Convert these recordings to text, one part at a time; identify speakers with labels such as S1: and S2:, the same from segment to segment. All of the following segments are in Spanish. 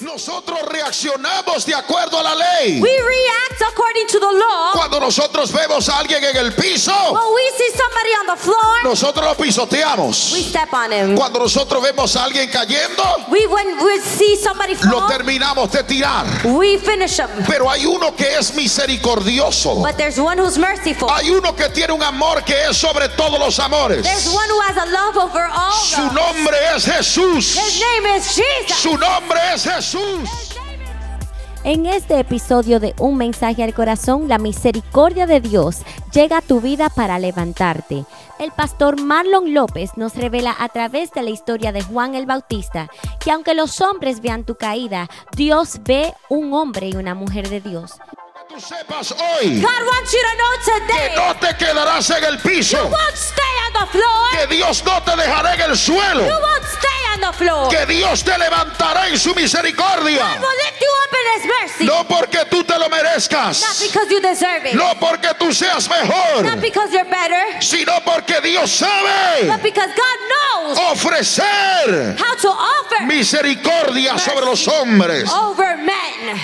S1: Nosotros reaccionamos de acuerdo a la ley.
S2: We react according to the law.
S1: Cuando nosotros vemos a alguien en el piso,
S2: When we see somebody on the floor,
S1: nosotros lo pisoteamos.
S2: we step on him.
S1: Cuando nosotros vemos a alguien cayendo,
S2: We when we see somebody
S1: lo
S2: fall,
S1: terminamos de tirar.
S2: we finish him.
S1: Pero hay uno que es misericordioso.
S2: But there's one who's merciful.
S1: Hay uno que tiene un amor que es sobre todos los amores.
S2: There's one who has a love over all.
S1: Su
S2: love.
S1: nombre es Jesús.
S2: His name is Jesus.
S1: Su nombre es Jesús.
S3: En este episodio de Un mensaje al corazón, la misericordia de Dios llega a tu vida para levantarte. El pastor Marlon López nos revela a través de la historia de Juan el Bautista que aunque los hombres vean tu caída, Dios ve un hombre y una mujer de Dios.
S1: Tú sepas hoy
S2: God wants you to know
S1: que
S2: today.
S1: no te quedarás en el piso.
S2: Won't stay on the floor.
S1: Que Dios no te dejará en el suelo.
S2: You won't stay on the floor.
S1: Que Dios te levantará en su misericordia.
S2: God will lift you up in His mercy.
S1: No porque tú te lo
S2: Not
S1: merezcas.
S2: because you deserve it.
S1: No porque tú seas
S2: Not
S1: mejor.
S2: because you're better.
S1: Sino porque Dios
S2: But
S1: sabe
S2: because God knows
S1: Oh. ofrecer
S2: how to offer
S1: misericordia sobre los hombres.
S2: over men.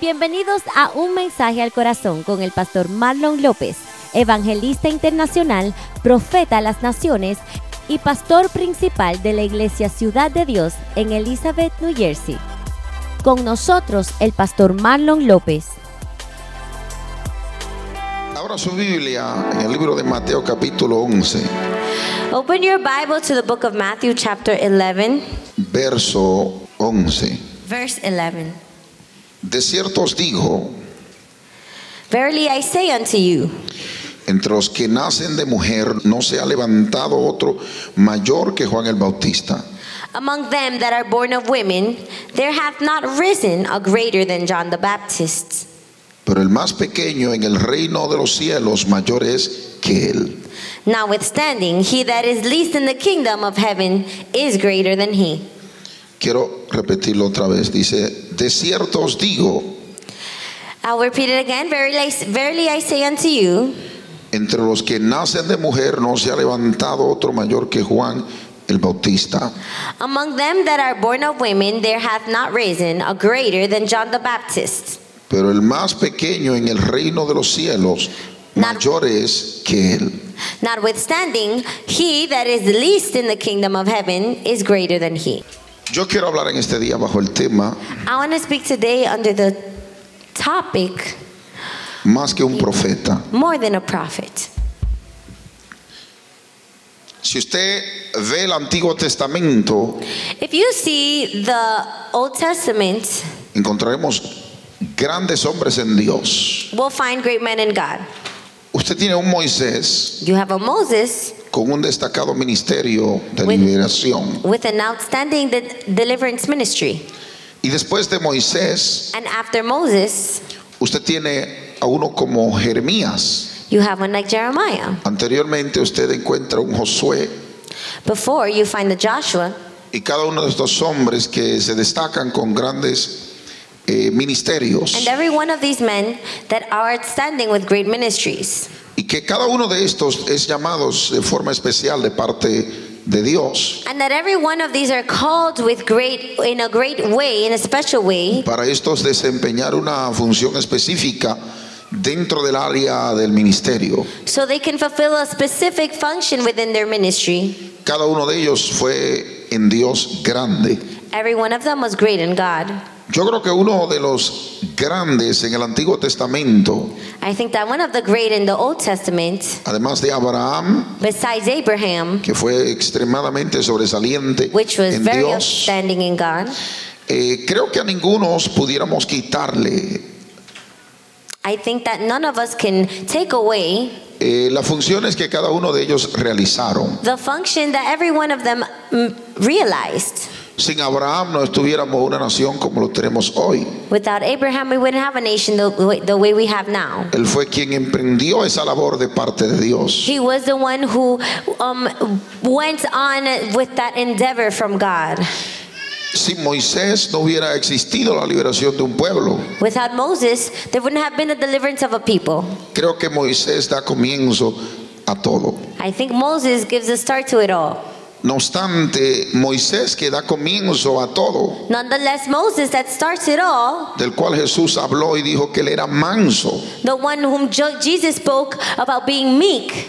S3: Bienvenidos a Un mensaje al corazón con el pastor Marlon López, evangelista internacional, profeta a las naciones y pastor principal de la iglesia Ciudad de Dios en Elizabeth, New Jersey. Con nosotros el pastor Marlon López.
S1: Ahora su Biblia en el libro de Mateo capítulo 11,
S2: Open your Bible to the book of Matthew, chapter 11,
S1: verso 11.
S2: verse 11.
S1: De cierto os digo,
S2: Verily I say unto you,
S1: entre los que nacen de mujer no se ha levantado otro mayor que Juan el Bautista.
S2: among them that are born of women, there hath not risen a greater than John the Baptist.
S1: Pero el más pequeño en el reino de los cielos mayor es que él.
S2: Notwithstanding, he that is least in the kingdom of heaven is greater than he.
S1: Quiero repetirlo otra vez. Dice, de cierto os digo,
S2: I'll repeat it again. Verily, I- verily I say unto you,
S1: entre los que nacen de mujer no se ha levantado otro mayor que Juan el Bautista.
S2: among them that are born of women, there hath not risen a greater than John the Baptist.
S1: Pero el más pequeño en el reino de los cielos mayor es que él.
S2: Notwithstanding, he that is least in the kingdom of heaven is greater than he.
S1: Yo quiero hablar en este día bajo el tema
S2: I want to speak today under the topic
S1: más que un profeta.
S2: more than a prophet.
S1: Si usted ve el Antiguo Testamento,
S2: If you see the Old Testament,
S1: encontraremos grandes hombres en Dios.
S2: we'll find great men in God.
S1: Usted tiene un Moisés
S2: You have a Moses
S1: con un destacado ministerio de
S2: Bueno.
S1: liberación.
S2: with an outstanding de- deliverance ministry.
S1: Y después de Moisés,
S2: And after Moses,
S1: usted tiene a uno como Jeremías.
S2: you have one like Jeremiah.
S1: Anteriormente usted encuentra un Josué
S2: Before you find the Joshua,
S1: y cada uno de estos hombres que se destacan con grandes eh, ministerios.
S2: and every one of these men that are outstanding with great ministries.
S1: Y que cada uno de estos es llamados de forma especial de parte de Dios
S2: And that every one of these are called with great in a great way, in a special way,
S1: para estos desempeñar una función específica dentro del área del ministerio.
S2: so they can fulfill a specific function within their ministry.
S1: Cada uno de ellos fue en Dios grande.
S2: Every one of them was great in God.
S1: Yo creo que uno de los grandes en el Antiguo Testamento,
S2: I think that one of the great in the Old Testament,
S1: además de Abraham,
S2: besides Abraham,
S1: que fue extremadamente sobresaliente
S2: which was
S1: en
S2: very
S1: Dios,
S2: outstanding in God,
S1: eh, creo que a ninguno pudiéramos quitarle
S2: I think that none of us can take away
S1: eh, las funciones que cada uno de ellos realizaron.
S2: the function that every one of them mm, realized.
S1: Sin Abraham no estuviéramos una nación como lo tenemos hoy.
S2: Without Abraham, we wouldn't have a nation the, way- the way we have now.
S1: Él fue quien emprendió esa labor de parte de Dios.
S2: He was the one who um, went on with that endeavor from God.
S1: Sin Moisés no hubiera existido la liberación de un pueblo.
S2: Without Moses, there wouldn't have been a deliverance of a people.
S1: Creo que Moisés da comienzo a todo.
S2: I think Moses gives a start to it all.
S1: No obstante, Moisés que da comienzo a todo,
S2: Nonetheless, Moses that starts it all,
S1: del cual Jesús habló y dijo que él era manso.
S2: the one whom Jo- Jesus spoke about being meek,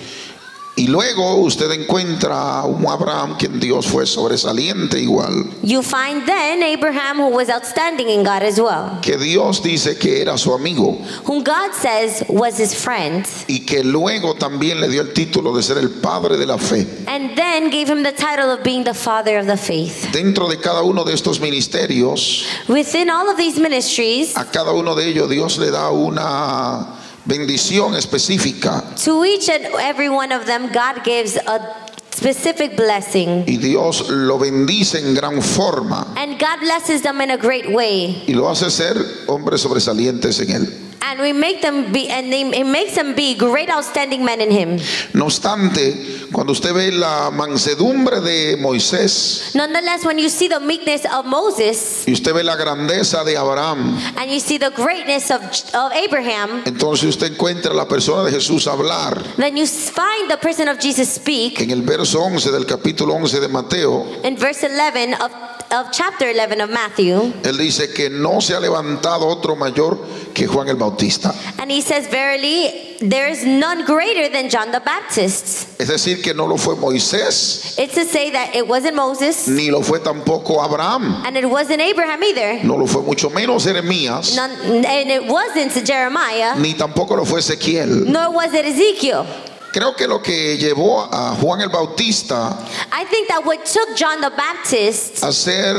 S1: Y luego usted encuentra a un Abraham quien Dios fue sobresaliente igual,
S2: you find then Abraham who was outstanding in God as well,
S1: que Dios dice que era su amigo
S2: whom God says was his friend,
S1: y que luego también le dio el título de ser el padre de la fe.
S2: and then gave him the title of being the father of the faith.
S1: Dentro de cada uno de estos ministerios,
S2: Within all of these ministries,
S1: a cada uno de ellos Dios le da una bendición específica
S2: to each and every one of them, God gives a specific blessing,
S1: y Dios lo bendice en gran forma
S2: and God blesses them in a great way.
S1: y lo hace ser hombres sobresalientes en él.
S2: And we make them be, and they, it makes them be great, outstanding men in Him.
S1: No obstante, cuando usted ve la mansedumbre de Moisés
S2: Nonetheless, when you see the meekness of Moses
S1: y usted ve la grandeza de Abraham,
S2: and you see the greatness of, of Abraham,
S1: entonces usted encuentra a la persona de Jesús hablar.
S2: then you find the person of Jesus speak
S1: En el verso 11 del capítulo 11 de Mateo,
S2: in verse 11 of, of chapter 11 of Matthew.
S1: Él dice que no se ha levantado otro mayor que Juan el Bautista.
S2: And he says, Verily, there is none greater than John the Baptist.
S1: Es decir, que no lo fue Moisés,
S2: It's to say that it wasn't Moses
S1: ni lo fue tampoco Abraham,
S2: and it wasn't Abraham either.
S1: no lo fue mucho menos Jeremías,
S2: None, and it wasn't Jeremiah,
S1: ni tampoco lo fue Ezequiel.
S2: nor was it Ezekiel.
S1: Creo que lo que llevó a Juan el Bautista
S2: I think that what took John the Baptist
S1: a ser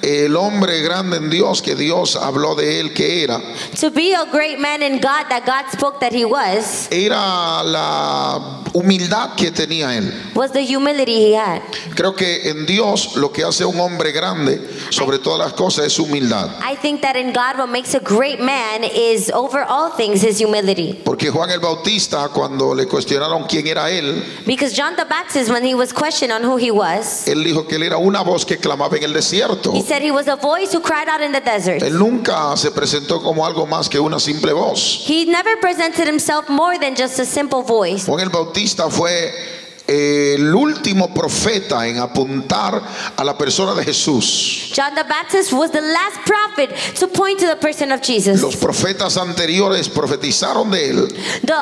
S1: el hombre grande en Dios que Dios habló de él que era,
S2: to be a great man in God that God spoke that he was
S1: era la humildad que tenía él.
S2: was the humility he had.
S1: Creo que en Dios lo que hace un hombre grande sobre todas las cosas es humildad.
S2: I think that in God what makes a great man is over all things his humility.
S1: Porque Juan el Bautista, cuando le cuestionaron quién era él,
S2: Because John the Baptist when he was questioned on who he was,
S1: él dijo que él era una voz que clamaba en el desierto.
S2: he said he was a voice who cried out in the desert.
S1: Él nunca se presentó como algo más que una simple voz.
S2: He never presented himself more than just a simple voice.
S1: Juan el Bautista fue eh, el último profeta en apuntar a la persona de Jesús.
S2: John the Baptist was the last prophet to point to the person of Jesus.
S1: Los profetas anteriores profetizaron de él,
S2: The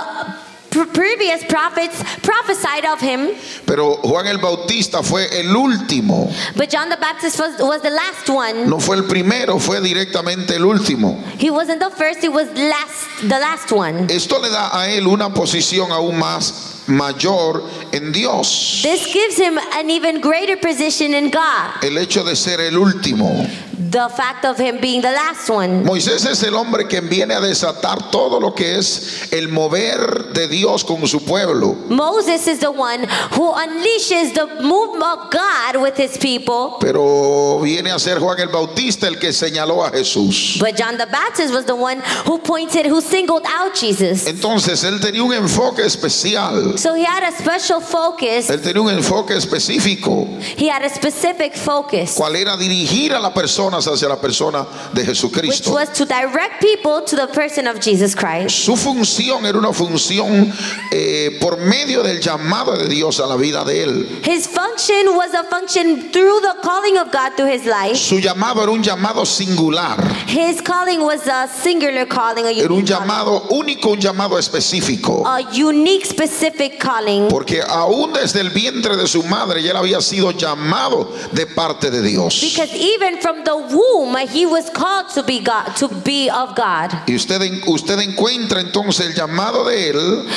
S2: pr- previous prophets prophesied of him,
S1: pero Juan el Bautista fue el último.
S2: But John the Baptist was, was the last one.
S1: No fue el primero, fue directamente el último.
S2: He wasn't the first, he was last, the last one.
S1: Esto le da a él una posición aún más mayor en Dios.
S2: This gives him an even greater position in God.
S1: El hecho de ser el último.
S2: The fact of him being the last one.
S1: Moisés es el hombre que viene a desatar todo lo que es el mover de Dios con su pueblo.
S2: Moses is the one who unleashes the movement of God with his people.
S1: Pero viene a ser Juan el Bautista el que señaló a Jesús.
S2: But John the Baptist was the one who pointed, who singled out Jesus.
S1: Entonces él tenía un enfoque especial.
S2: So he had a special focus.
S1: Él tenía un enfoque específico,
S2: He had a specific focus,
S1: cuál era dirigir a las personas hacia la persona de
S2: which
S1: Jesucristo.
S2: was to direct people to the person of Jesus Christ.
S1: Su función era una función eh, por medio del llamado de Dios a la vida de él.
S2: His function was a function through the calling of God through his life.
S1: Su llamado era un llamado singular,
S2: His calling was a singular calling, a
S1: era un
S2: unique,
S1: llamado único, un llamado específico.
S2: a unique specific calling.
S1: Porque aún desde el vientre de su madre ya él había sido llamado de parte de Dios.
S2: Because even from the womb, he was called to be God, to be of God.
S1: Y usted, en- usted encuentra entonces el llamado de él,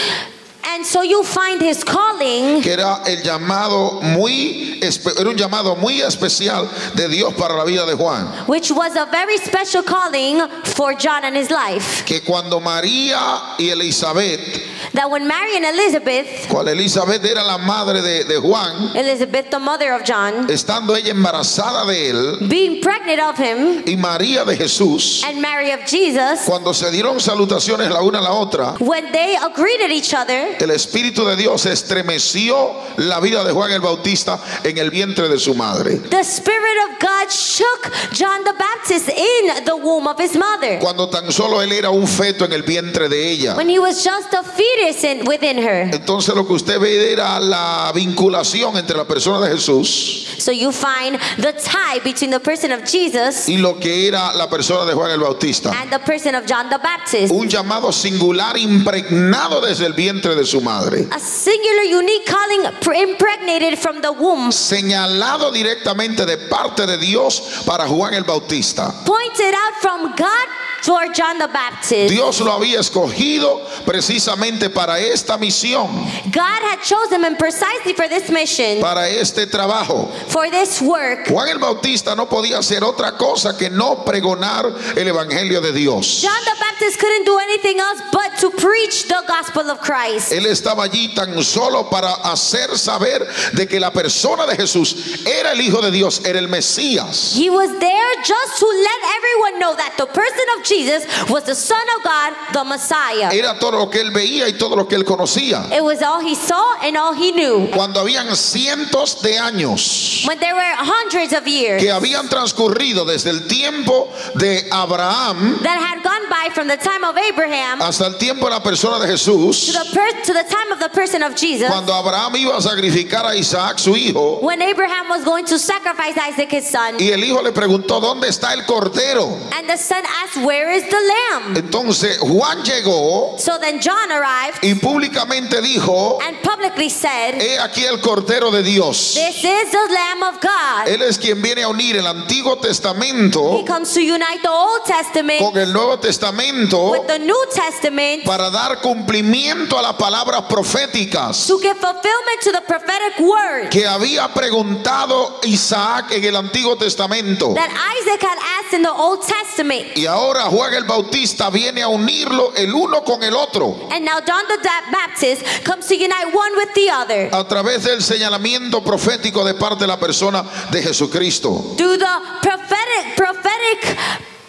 S2: And so you find his calling
S1: que era el llamado muy, espe- era un llamado muy especial de Dios para la vida de Juan.
S2: which was a very special calling for John and his life.
S1: Que cuando María y Elizabeth,
S2: That when Mary and Elizabeth,
S1: cuando Elizabeth era la madre de, de Juan,
S2: Elizabeth the mother of John,
S1: estando ella embarazada de él
S2: being pregnant of him,
S1: y María de Jesús,
S2: and Mary of Jesus,
S1: Cuando se dieron salutaciones la una a la otra,
S2: when they agreed at each other,
S1: el Espíritu de Dios estremeció la vida de Juan el Bautista en el vientre de su madre.
S2: The Spirit of God God shook John the Baptist in the womb of his mother
S1: cuando tan solo él era un feto en el vientre de ella.
S2: when he was just a fetus in, within her.
S1: Entonces lo que usted ve era la vinculación entre la persona de Jesús
S2: So you find the tie between the person of Jesus
S1: y lo que era la persona de Juan el Bautista.
S2: and the person of John the Baptist.
S1: Un llamado singular impregnado desde el vientre de su madre.
S2: A singular, unique calling pr- impregnated from the womb,
S1: Señalado directamente de parte de Dios para Juan el Bautista.
S2: pointed out from God for John the Baptist.
S1: Dios lo había escogido precisamente para esta misión,
S2: God had chosen him precisely for this mission,
S1: para este trabajo.
S2: for this work.
S1: Juan el Bautista no podía hacer otra cosa que no pregonar el Evangelio de Dios.
S2: John the Baptist couldn't do anything else but to preach the gospel of Christ.
S1: Él estaba allí tan solo para hacer saber de que la persona de Jesús era el Hijo de Dios, era el Mesías.
S2: He was there just to let everyone know that the person of Jesus was the Son of God, the Messiah.
S1: Era todo lo que él veía y todo lo que él conocía.
S2: It was all he saw and all he knew.
S1: Cuando habían cientos de años
S2: When there were hundreds of years
S1: que habían transcurrido desde el tiempo de Abraham
S2: that had gone by from the time of Abraham
S1: hasta el tiempo de la persona de
S2: to
S1: Jesús,
S2: the, per- to the time of the person of Jesus,
S1: cuando Abraham iba a sacrificar a Isaac, su hijo,
S2: when Abraham was going to sacrifice Isaac his son,
S1: y el hijo le preguntó, ¿dónde está el cordero?
S2: and the son asked, Where is the lamb?
S1: Entonces Juan llegó
S2: So then John arrived
S1: y públicamente dijo,
S2: and publicly said,
S1: He aquí el Cordero de Dios.
S2: This is the Lamb of God.
S1: Él es quien viene a unir el Antiguo Testamento
S2: He comes to unite the Old Testament
S1: con el Nuevo Testamento
S2: with the New Testament
S1: para dar cumplimiento a las palabras proféticas
S2: to give fulfillment to the prophetic word
S1: que había preguntado Isaac en el Antiguo Testamento.
S2: that Isaac had asked in the Old Testament.
S1: Y ahora Juan el Bautista viene a unirlo el uno con el otro
S2: And now John the Da- Baptist comes to unite one with the other
S1: a través del señalamiento profético de parte de la persona de Jesucristo.
S2: through the prophetic prophetic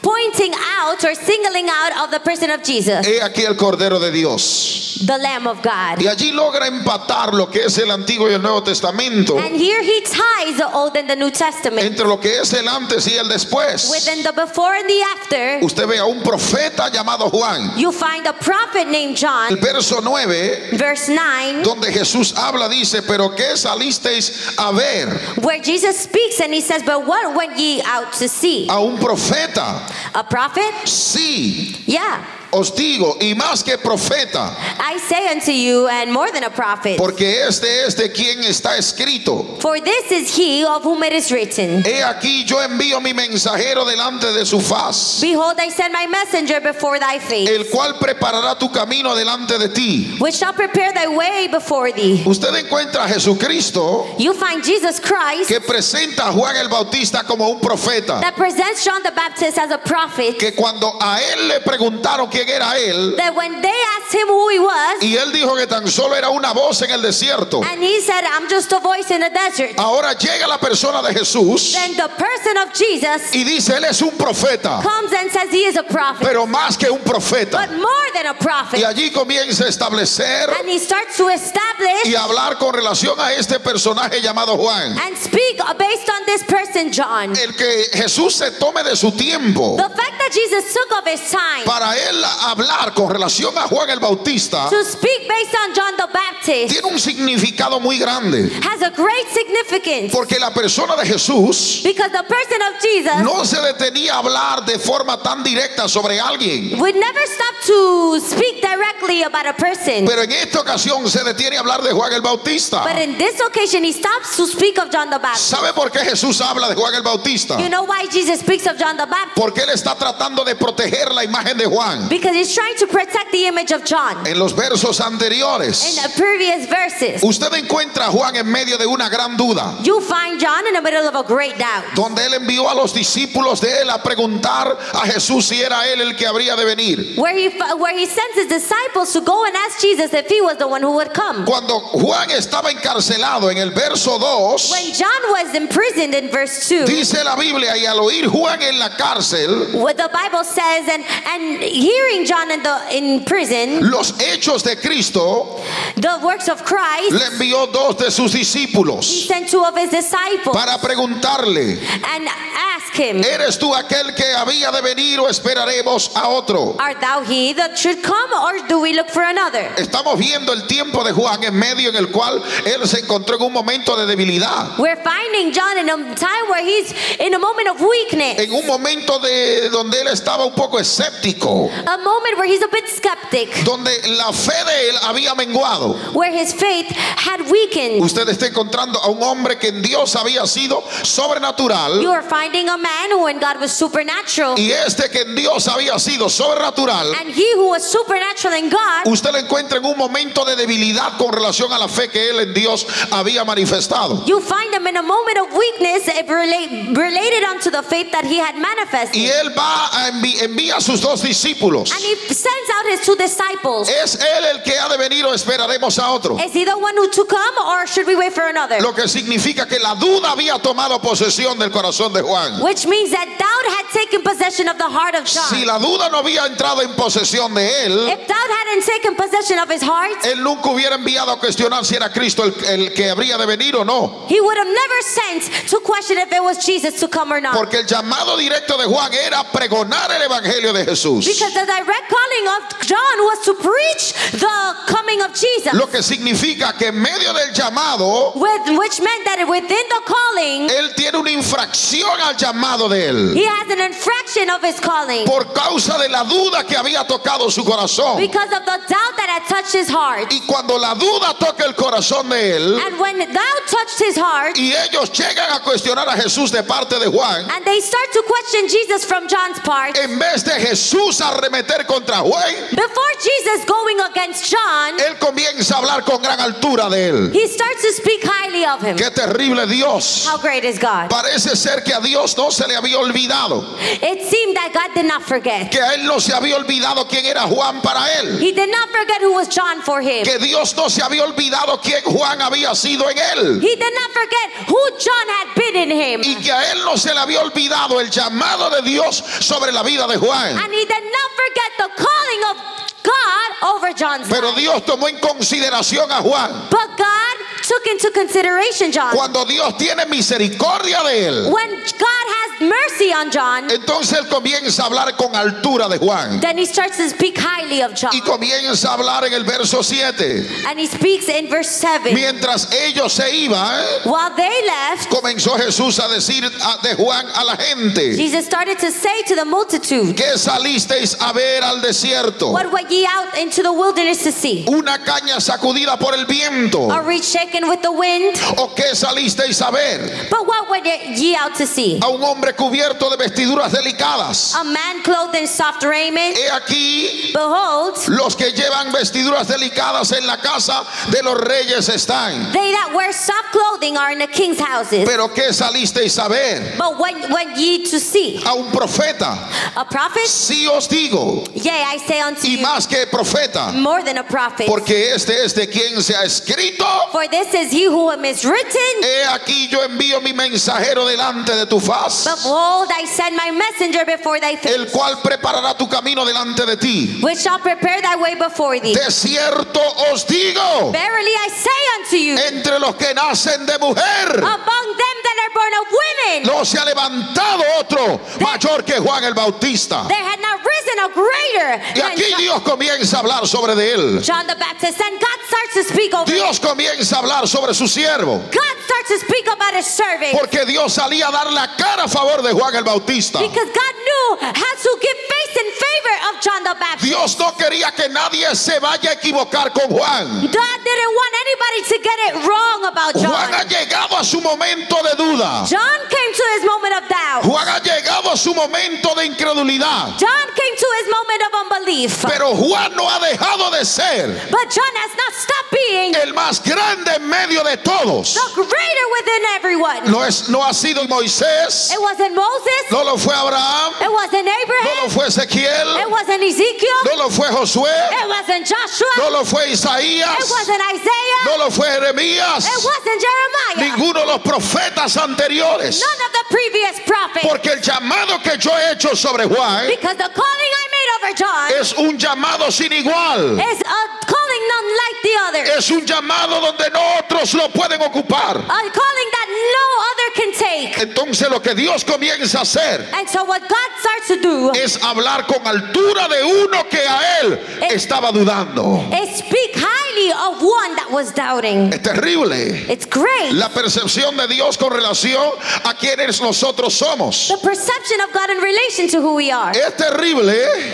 S2: pointing out or singling out of the person of Jesus,
S1: He aquí el Cordero de Dios.
S2: the Lamb of God.
S1: Y allí logra empatar lo que es el Antiguo y el Nuevo Testamento
S2: And here he ties the Old and the New Testament
S1: entre lo que es el antes y el después.
S2: within the before and the after.
S1: Usted ve a un profeta llamado Juan.
S2: You find a prophet
S1: El
S2: named John,
S1: verso 9,
S2: verse 9,
S1: donde Jesús habla, dice, pero ¿qué salisteis a ver?
S2: where Jesus speaks and he says, But what went ye out to see?
S1: A un profeta.
S2: A prophet?
S1: Sí,
S2: Yeah.
S1: os digo, y más que profeta,
S2: I say unto you, and more than a prophet.
S1: porque este es de quien está escrito.
S2: For this is he of whom it is written.
S1: He aquí yo envío mi mensajero delante de su faz,
S2: Behold, I send my messenger before thy face,
S1: el cual preparará tu camino delante de ti.
S2: which shall prepare thy way before thee.
S1: Usted encuentra a Jesucristo
S2: You find Jesus Christ
S1: que presenta a Juan el Bautista como un profeta.
S2: that presents John the Baptist as a prophet.
S1: Que cuando a él le preguntaron quién era él,
S2: That when they asked him who he was,
S1: y él dijo que tan solo era una voz en el desierto,
S2: and he said, I'm just a voice in the desert.
S1: ahora llega la persona de Jesús
S2: Then the person of Jesus
S1: y dice, él es un profeta,
S2: comes and says he is a prophet,
S1: Ah. pero más que un
S2: but
S1: profeta.
S2: more than a
S1: Y
S2: prophet.
S1: allí comienza a establecer
S2: And he starts to
S1: y
S2: establish
S1: hablar con relación a este personaje llamado Juan.
S2: and speak based on this person, John.
S1: El que Jesús se tome de su tiempo
S2: The fact that Jesus took of his time
S1: para él hablar con relación a Juan el Bautista.
S2: to speak based on John the Baptist.
S1: tiene un significado muy grande.
S2: has a great significance
S1: Porque la persona de Jesús
S2: because the person of Jesus
S1: no se detenía a hablar de forma tan directa sobre alguien.
S2: would never stop to speak directly about a person.
S1: Pero en esta ocasión se detiene a hablar de Juan el Bautista.
S2: But in this occasion, he stops to speak of John the Baptist.
S1: ¿Sabe por qué Jesús habla de Juan el Bautista?
S2: You know why Jesus speaks of John the Baptist?
S1: Porque él está tratando de proteger la imagen de Juan.
S2: Because he's trying to protect the image of John.
S1: En los versos
S2: In
S1: anteriores,
S2: the previous verses,
S1: usted encuentra a Juan en medio de una gran duda.
S2: you find John in the middle of a great doubt.
S1: Donde él envió a los discípulos de él a preguntar a Jesús si era él el que habría de venir.
S2: Where he, fi- where he sends his disciples to go and ask Jesus if he was the one who would come.
S1: Cuando Juan estaba encarcelado en el verso 2,
S2: When John was imprisoned in verse 2,
S1: dice la Biblia, y al oír Juan en la cárcel,
S2: what the Bible says, and and hearing John in the in prison,
S1: los hechos de Cristo,
S2: the works of Christ,
S1: le envió dos de sus
S2: he
S1: discípulos
S2: sent two of his disciples
S1: para preguntarle,
S2: and asked him,
S1: ¿Eres tú aquel que había de venir o esperaremos a otro?
S2: Art thou he that should come, or do we look for another?
S1: Estamos viendo el tiempo de Juan en medio en el cual él se encontró en un momento de debilidad,
S2: We're finding John in a time where he's in a moment of weakness,
S1: en un momento de donde él estaba un poco escéptico,
S2: a moment where he's a bit skeptic,
S1: donde la fe de él había menguado.
S2: where his faith had weakened.
S1: Usted está encontrando a un hombre que en Dios había sido
S2: You
S1: sobrenatural
S2: are finding a man who, in God, was supernatural,
S1: y este que en Dios había sido sobrenatural,
S2: and he who was supernatural in God,
S1: usted lo encuentra en un momento de debilidad con relación a la fe que él en Dios había manifestado.
S2: you find him in a moment of weakness eh, relate, related unto the faith that he had manifested.
S1: Y él va a envi- envía a sus dos discípulos.
S2: And he sends out his two disciples.
S1: Es él el que ha de venir o esperaremos a otro.
S2: Is he the one who to come, or should we wait for another?
S1: Lo que significa que la duda había tomado posesión del corazón de Juan.
S2: Which means that doubt had taken possession of the heart of John.
S1: Si la duda no había entrado en posesión de él,
S2: If doubt hadn't taken possession of his heart,
S1: él nunca hubiera enviado a cuestionar si era Cristo el, el que habría de venir o no.
S2: he would have never sent to question if it was Jesus to come or not.
S1: Porque el llamado directo de Juan era pregonar el Evangelio de Jesús.
S2: because the direct calling of John was to preach the coming of Jesus,
S1: Lo que significa que en medio del llamado,
S2: with, which meant that within the calling,
S1: él tiene una infracción al llamado de él.
S2: he has an infraction of his calling
S1: Por causa de la duda que había tocado su corazón.
S2: because of the doubt that had touched his heart.
S1: Y cuando la duda toca el corazón de él
S2: And when doubt touched his heart,
S1: y ellos llegan a cuestionar a Jesús de parte de Juan,
S2: and they start to question Jesus from John's part,
S1: en vez de Jesús arremeter contra Juan,
S2: before Jesus going against John,
S1: él comienza a hablar con gran altura de él.
S2: he starts to speak highly of him.
S1: Qué terrible Dios.
S2: How great is God?
S1: Parece ser que a Dios no se le había olvidado,
S2: It seemed that God did not forget.
S1: que a él no se había olvidado quién era Juan para él,
S2: He did not forget who was John for him.
S1: que Dios no se había olvidado quién Juan había sido en él
S2: He did not forget who John had been in him.
S1: y que a él no se le había olvidado el llamado de Dios sobre la vida de Juan.
S2: And he did not forget the calling of God over John's
S1: Pero
S2: life.
S1: Dios tomó en consideración a Juan.
S2: But God took into consideration John.
S1: Cuando Dios tiene misericordia de él,
S2: When God has mercy on John,
S1: entonces él comienza a hablar con altura de Juan.
S2: then he starts to speak highly of John.
S1: Y comienza a hablar en el verso 7.
S2: And he speaks in verse 7.
S1: Mientras ellos se iban,
S2: While they left,
S1: comenzó Jesús a decir a- de Juan a la gente,
S2: Jesus started to say to the multitude,
S1: ¿qué salisteis a ver al desierto?
S2: What went ye out into the wilderness to see?
S1: ¿Una caña sacudida por el viento?
S2: A reed shaken with the wind?
S1: ¿O qué salisteis a ver?
S2: But what went ye out to see?
S1: A un hombre cubierto de vestiduras delicadas.
S2: A man clothed in soft raiment?
S1: He aquí
S2: Behold,
S1: Los que llevan vestiduras delicadas en la casa de los reyes están.
S2: they that wear soft clothing are in the king's houses.
S1: Pero ¿qué salisteis a ver?
S2: But what went ye to see?
S1: A un profeta.
S2: A prophet?
S1: Sí os digo,
S2: Yea, I say unto
S1: y
S2: you,
S1: más que profeta,
S2: more than a prophet.
S1: porque este es de quien se ha escrito.
S2: For this is he whom is written,
S1: He aquí yo envío mi mensajero delante de tu faz,
S2: Behold, I send my messenger before thy face,
S1: el cual preparará tu camino delante de ti.
S2: which shall prepare thy way before thee.
S1: De cierto os digo,
S2: Verily I say unto you,
S1: entre los que nacen de mujer,
S2: among them that are born of women,
S1: no se ha levantado otro mayor que Juan el Bautista.
S2: there had not risen a greater
S1: Y
S2: than
S1: aquí
S2: John,
S1: Dios comienza a hablar sobre de él.
S2: John the Baptist. And God starts to speak over
S1: Dios comienza a hablar sobre su siervo.
S2: God starts to speak about his servant.
S1: Porque Dios salía a dar la cara a favor de Juan el Bautista.
S2: Because God knew how to give face in favor of John the Baptist.
S1: Dios no quería que nadie se vaya a equivocar con Juan.
S2: God didn't want anybody to get it wrong about
S1: Juan ha
S2: John.
S1: llegado a su momento de duda.
S2: John came to his moment of doubt.
S1: Juan ha llegado a su momento de incredulidad.
S2: John came to his moment of unbelief.
S1: Pero Juan no ha dejado de ser
S2: But John has not stopped being
S1: el más grande en medio de todos.
S2: the greater within everyone.
S1: No, es, no ha sido Moisés,
S2: It wasn't Moses.
S1: no lo fue Abraham,
S2: It wasn't
S1: no
S2: Abraham.
S1: lo fue Ezequiel,
S2: It wasn't Ezekiel.
S1: no lo fue Josué,
S2: It wasn't Joshua.
S1: No lo fue Isaías.
S2: It wasn't Isaiah.
S1: No lo fue Jeremías.
S2: It wasn't Jeremiah.
S1: Ninguno de los profetas anteriores.
S2: None of the previous prophets.
S1: Porque el llamado que yo he hecho sobre Juan
S2: Because the calling I made of However, John
S1: es un llamado sin igual.
S2: is a calling none like the other.
S1: Es un llamado donde no otros lo pueden ocupar.
S2: A calling that no other can take.
S1: Entonces lo que Dios comienza a hacer
S2: And so what God starts to do
S1: es hablar con altura de uno que a él estaba dudando.
S2: is speak highly of one that was doubting.
S1: Es terrible.
S2: It's great.
S1: La percepción de Dios con relación a quienes nosotros somos.
S2: The perception of God in relation to who we are.
S1: Es terrible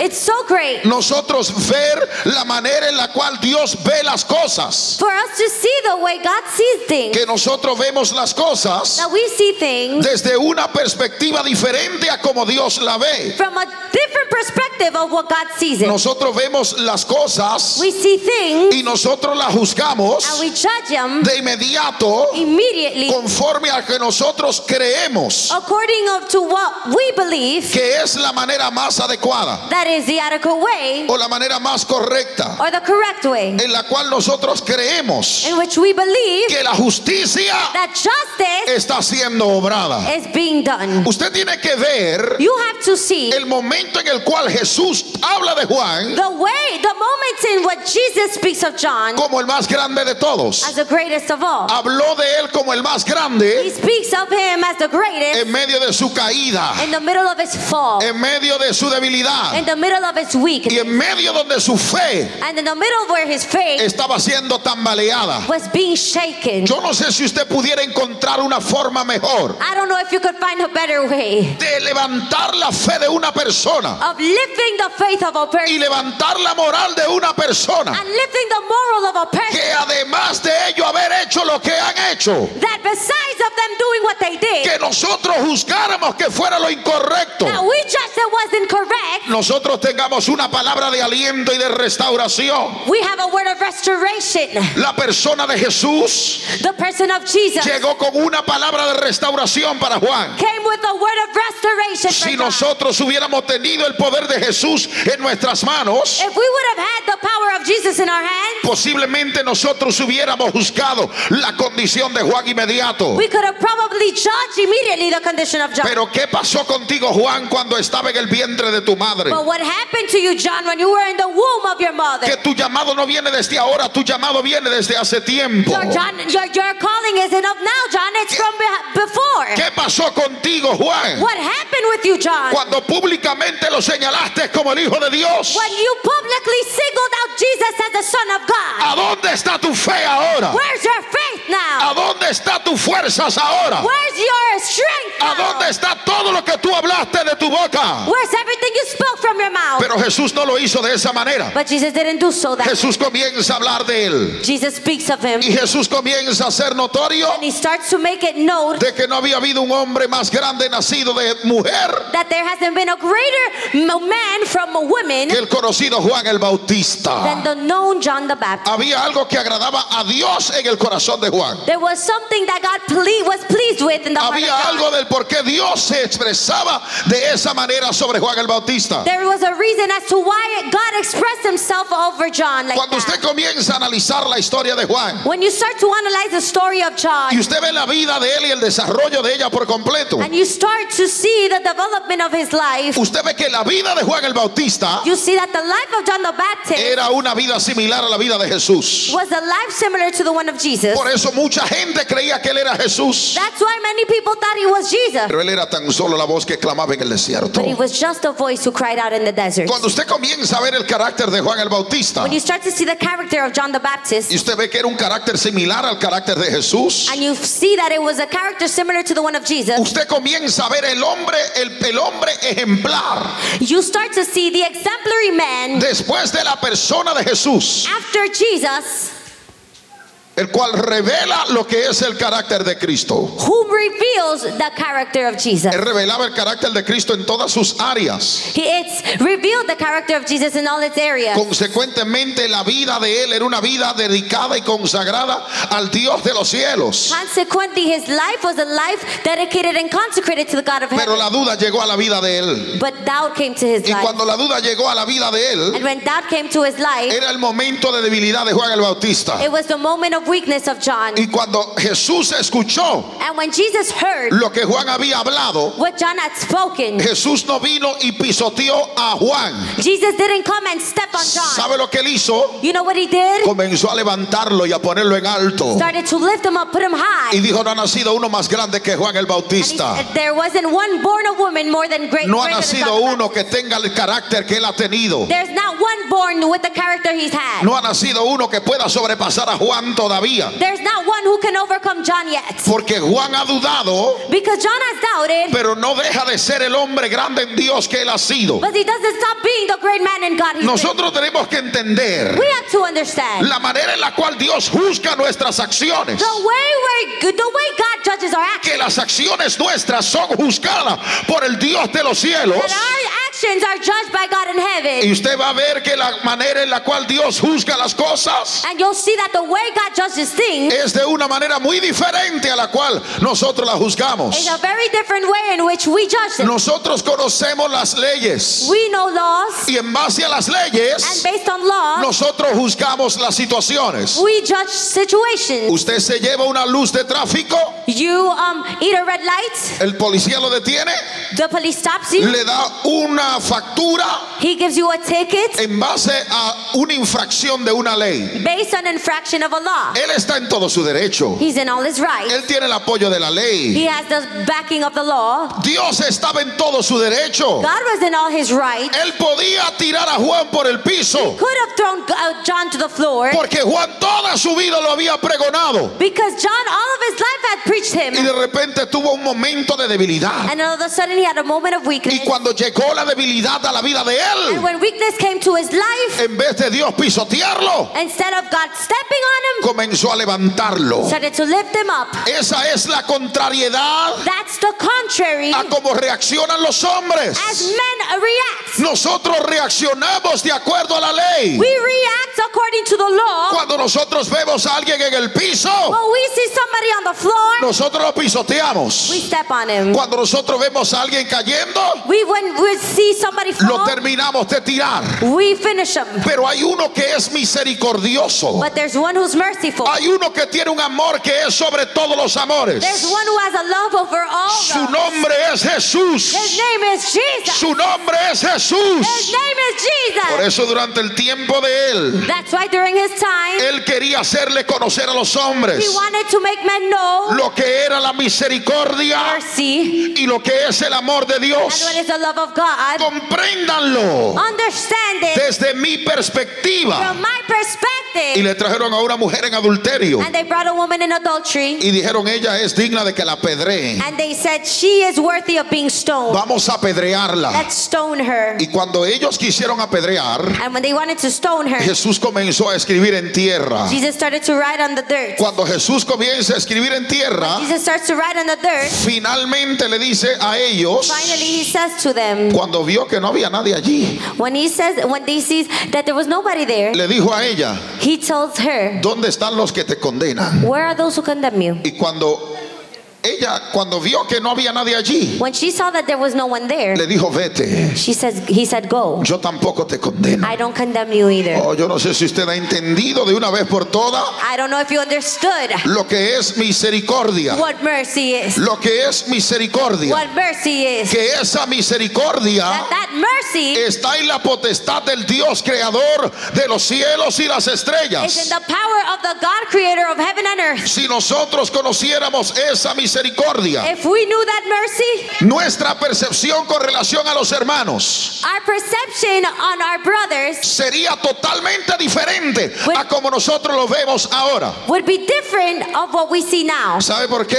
S2: It's so great
S1: nosotros ver la manera en la cual Dios ve las cosas.
S2: for us to see the way God sees things.
S1: Que nosotros vemos las cosas
S2: That we see things
S1: desde una perspectiva diferente a como Dios la ve.
S2: from a different perspective of what God sees it.
S1: Nosotros vemos las cosas
S2: We see things
S1: y nosotros las juzgamos
S2: and we judge them
S1: de inmediato
S2: immediately
S1: conforme a que nosotros creemos
S2: according of to what we believe
S1: que es la manera más adecuada
S2: that is the adequate way
S1: o la manera más correcta
S2: or the correct way
S1: en la cual nosotros creemos
S2: in which we believe
S1: que la justicia
S2: that justice
S1: está siendo obrada.
S2: is being done.
S1: Usted tiene que ver
S2: You have to see
S1: el momento en el cual Jesús habla de Juan
S2: the way, the moments in which Jesus speaks of John
S1: como el más grande de todos.
S2: as the greatest of all.
S1: Habló de él como el más
S2: He
S1: grande
S2: speaks of him as the greatest
S1: en medio de su caída,
S2: in the middle of his fall,
S1: en medio de su debilidad
S2: in the middle of his
S1: y
S2: weakness,
S1: en medio donde su fe
S2: and in the middle where his faith
S1: estaba siendo tambaleada.
S2: was being shaken.
S1: Yo no sé si usted pudiera encontrar una forma mejor
S2: I don't know if you could find a better way
S1: de levantar la fe de una persona
S2: of lifting the faith of a
S1: y
S2: person
S1: levantar la moral de una persona
S2: and lifting the moral of a person
S1: que además de ello haber hecho lo que han hecho.
S2: that besides of them doing what they did,
S1: que nosotros juzgáramos que fuera lo incorrecto,
S2: that we judged it was incorrect,
S1: nosotros tengamos una palabra de aliento y de restauración.
S2: we have a word of restoration.
S1: La persona de Jesús
S2: The person of Jesus
S1: llegó con una palabra de restauración para Juan.
S2: came with a word of restoration for
S1: Si
S2: John.
S1: nosotros hubiéramos tenido el poder de Jesús en nuestras manos,
S2: If we would have had the power of Jesus in our hands,
S1: posiblemente nosotros hubiéramos juzgado la condición de Juan inmediato.
S2: we could have probably judged immediately the condition of John.
S1: Pero ¿qué pasó contigo Juan cuando estaba en el vientre de tu madre?
S2: But what happened to you, John, when you were in the womb of your mother?
S1: Que tu llamado no viene desde ahora, tu llamado viene desde hace tiempo.
S2: Your, John, your, your calling isn't of now, John. It's from be- before.
S1: ¿Qué pasó contigo, Juan?
S2: What happened with you, John?
S1: Cuando públicamente lo señalaste como el Hijo de Dios.
S2: When you publicly singled out Jesus as the Son of God.
S1: ¿A dónde está tu fe ahora?
S2: Where's your faith now?
S1: ¿A dónde está tus fuerzas ahora?
S2: Where's your strength
S1: ¿A
S2: now?
S1: dónde está todo lo que tú hablaste de tu boca?
S2: Where's everything you spoke from your mouth?
S1: Pero Jesús no lo hizo de esa manera.
S2: But Jesus didn't do so that.
S1: Jesús comienza a hablar de él.
S2: Jesus speaks of him.
S1: Y Jesús comienza a hacer notorio
S2: And he starts to make it known
S1: de que no había habido un hombre más grande nacido de mujer
S2: that there hasn't been a greater m- man from a
S1: que
S2: woman
S1: el conocido Juan el
S2: than
S1: Bautista.
S2: the known John the Baptist.
S1: Había algo que agradaba a Dios en el corazón de Juan.
S2: There was something that God ple- was pleased with in the heart of
S1: Había
S2: John.
S1: algo del por qué Dios se expresaba de esa manera sobre Juan el Bautista.
S2: There was a reason as to why God expressed himself over John like
S1: Cuando
S2: that.
S1: usted comienza a analizar la historia de Juan
S2: When you start to analyze the story of John
S1: y usted ve la vida de él y el desarrollo de ella por completo,
S2: and you start to see the development of his life,
S1: usted ve que la vida de Juan el Bautista
S2: you see that the life of John the Baptist
S1: era una vida similar a la vida de Jesús.
S2: was a life similar to the one of Jesus.
S1: Por eso mucha gente creía que él era Jesús,
S2: That's why many people thought he was Jesus,
S1: pero él era tan solo la voz que clamaba en el desierto.
S2: but he was just a voice who cried out in the desert.
S1: Cuando usted comienza a ver el carácter de Juan el Bautista
S2: When you start to see the character of John the
S1: y
S2: Baptist,
S1: usted ve que era un carácter similar al carácter de Jesús,
S2: and you see that it was a character similar to the one of Jesus,
S1: usted comienza a ver el hombre, el, el hombre ejemplar
S2: you start to see the exemplary man
S1: después de la persona de Jesús,
S2: after Jesus
S1: el cual revela lo que es el carácter de Cristo.
S2: who reveals the character of Jesus.
S1: Él revelaba el carácter de Cristo en todas sus áreas.
S2: He, it's revealed the character of Jesus in all its areas.
S1: Consecuentemente, la vida de él era una vida dedicada y consagrada al Dios de los cielos.
S2: Consequently, his life was a life dedicated and consecrated to the God of
S1: Pero
S2: heaven.
S1: la duda llegó a la vida de él.
S2: But doubt came to his
S1: Y
S2: life.
S1: cuando la duda llegó a la vida de él,
S2: And when doubt came to his life,
S1: era el momento de debilidad de Juan el Bautista.
S2: it was the moment of weakness of John.
S1: Y cuando Jesús escuchó
S2: And when Jesus heard
S1: lo que Juan había hablado,
S2: what John had spoken,
S1: Jesús no vino y pisoteó a Juan.
S2: Jesus didn't come and step on John.
S1: ¿Sabe lo que él hizo?
S2: You know what he did?
S1: Comenzó a levantarlo y a ponerlo en alto.
S2: Started to lift him up, put him high.
S1: Y dijo, no ha nacido uno más grande que Juan el
S2: And he
S1: Bautista.
S2: said, There wasn't one born a woman more than great.
S1: No ha
S2: greater than
S1: nacido
S2: John the
S1: uno que tenga el carácter que él ha tenido.
S2: Baptist. There's not one born with the character he's had.
S1: No ha nacido uno que pueda sobrepasar a Juan todavía.
S2: There's not one who can overcome John yet.
S1: Porque Juan ha dudado,
S2: Because John has doubted,
S1: pero no deja de ser el hombre grande en Dios que él ha sido.
S2: but he doesn't stop being the great man in God. He's been.
S1: Nosotros tenemos que entender
S2: We have to understand
S1: la manera en la cual Dios juzga nuestras acciones.
S2: the way where the way God judges our actions.
S1: Que las acciones nuestras son juzgadas por el Dios de los cielos.
S2: That our actions are judged by God in heaven.
S1: Y usted va a ver que la manera en la cual Dios juzga las cosas
S2: And you'll see that the way God judges things
S1: es de una manera muy diferente a la cual nosotros la juzgamos.
S2: is a very different way in which we judge them.
S1: Nosotros conocemos las leyes
S2: We know laws,
S1: y en base a las
S2: and
S1: leyes
S2: based on law,
S1: nosotros juzgamos las situaciones.
S2: we judge situations.
S1: Usted se lleva una luz de tráfico,
S2: You um eat a red light,
S1: el policía lo detiene,
S2: the police stops you,
S1: le da una factura
S2: he gives you a ticket
S1: en base a una infracción de una ley.
S2: based on infraction of a law.
S1: Él está en todo su derecho.
S2: He's in all his right.
S1: Él tiene el apoyo de la ley.
S2: He has the backing of the law.
S1: Dios estaba en todo su derecho.
S2: God was in all his right.
S1: Él podía tirar a Juan por el piso.
S2: Could have thrown uh, John to the floor
S1: Porque Juan toda su vida lo había pregonado.
S2: because John all of his life had preached him.
S1: Y de repente tuvo un momento de debilidad.
S2: And all of a sudden he had a moment of
S1: Y
S2: weakness.
S1: cuando llegó la debilidad a la vida de
S2: And
S1: él,
S2: when weakness came to his life,
S1: en vez de Dios pisotearlo,
S2: instead of God stepping on him,
S1: comenzó a levantarlo.
S2: started to lift him up.
S1: Esa es la contrariedad
S2: That's the contrary
S1: a cómo reaccionan los hombres.
S2: as men react.
S1: Nosotros reaccionamos de acuerdo a la ley.
S2: We react according to the law.
S1: Cuando nosotros vemos a alguien en el piso,
S2: When we see somebody on the floor,
S1: nosotros lo pisoteamos.
S2: we step on him.
S1: Cuando nosotros vemos a alguien cayendo,
S2: We when we see somebody
S1: lo Oh.
S2: fall,
S1: terminamos de tirar.
S2: we finish him.
S1: Pero hay uno que es misericordioso.
S2: But there's one who's merciful.
S1: Hay uno que tiene un amor que es sobre todos los amores.
S2: There's one who has a love over all.
S1: Su
S2: love.
S1: nombre es Jesús.
S2: His name is Jesus.
S1: Su nombre es
S2: His
S1: Jesús.
S2: name is
S1: Por
S2: Jesus.
S1: eso durante el tiempo de él,
S2: That's why during his time,
S1: él quería hacerle conocer a los
S2: he
S1: hombres
S2: wanted to make men know
S1: lo que era la misericordia
S2: mercy
S1: y lo que es el amor de
S2: and what
S1: Dios.
S2: is the love of God.
S1: Compréndanlo
S2: Understand it
S1: desde mi perspectiva.
S2: from my
S1: Y
S2: perspective.
S1: le trajeron a una mujer en adulterio
S2: And they brought a woman in adultery,
S1: y dijeron ella es digna de que la apedreen.
S2: and they said she is worthy of being stoned.
S1: Vamos a apedrearla.
S2: Let's stone her.
S1: Y cuando ellos quisieron apedrear,
S2: And when they wanted to stone her,
S1: Jesús comenzó a escribir en tierra.
S2: Jesus started to write on the dirt.
S1: Cuando Jesús comienza a escribir en tierra,
S2: Jesus starts to write on the dirt.
S1: finalmente le dice a ellos,
S2: Finally, he says to them,
S1: cuando vio que no había nadie allí,
S2: when he says, when they sees that there was nobody there,
S1: le dijo a ella,
S2: he tells her,
S1: ¿dónde están los que te condenan?
S2: Where are those who condemn you?
S1: Y cuando ella, cuando vio que no había nadie allí,
S2: When she saw that there was no one there,
S1: le dijo, vete,
S2: she says, He said, Go.
S1: yo tampoco te condeno.
S2: I don't condemn you either.
S1: Oh, yo no sé si usted ha entendido de una vez por todas
S2: I don't know if you understood
S1: lo que es misericordia.
S2: what mercy is.
S1: Lo que es misericordia.
S2: What mercy is.
S1: Que esa misericordia
S2: That, that mercy
S1: está en la potestad del Dios creador de los cielos y las
S2: is in
S1: estrellas.
S2: the power of the God creator of heaven and earth.
S1: Si nosotros conociéramos esa misericordia,
S2: If we knew that mercy,
S1: nuestra percepción con relación a los hermanos
S2: our perception on our brothers
S1: sería totalmente diferente
S2: Bueno.
S1: a como nosotros lo vemos ahora.
S2: would be different of what we see now.
S1: ¿Sabe por qué?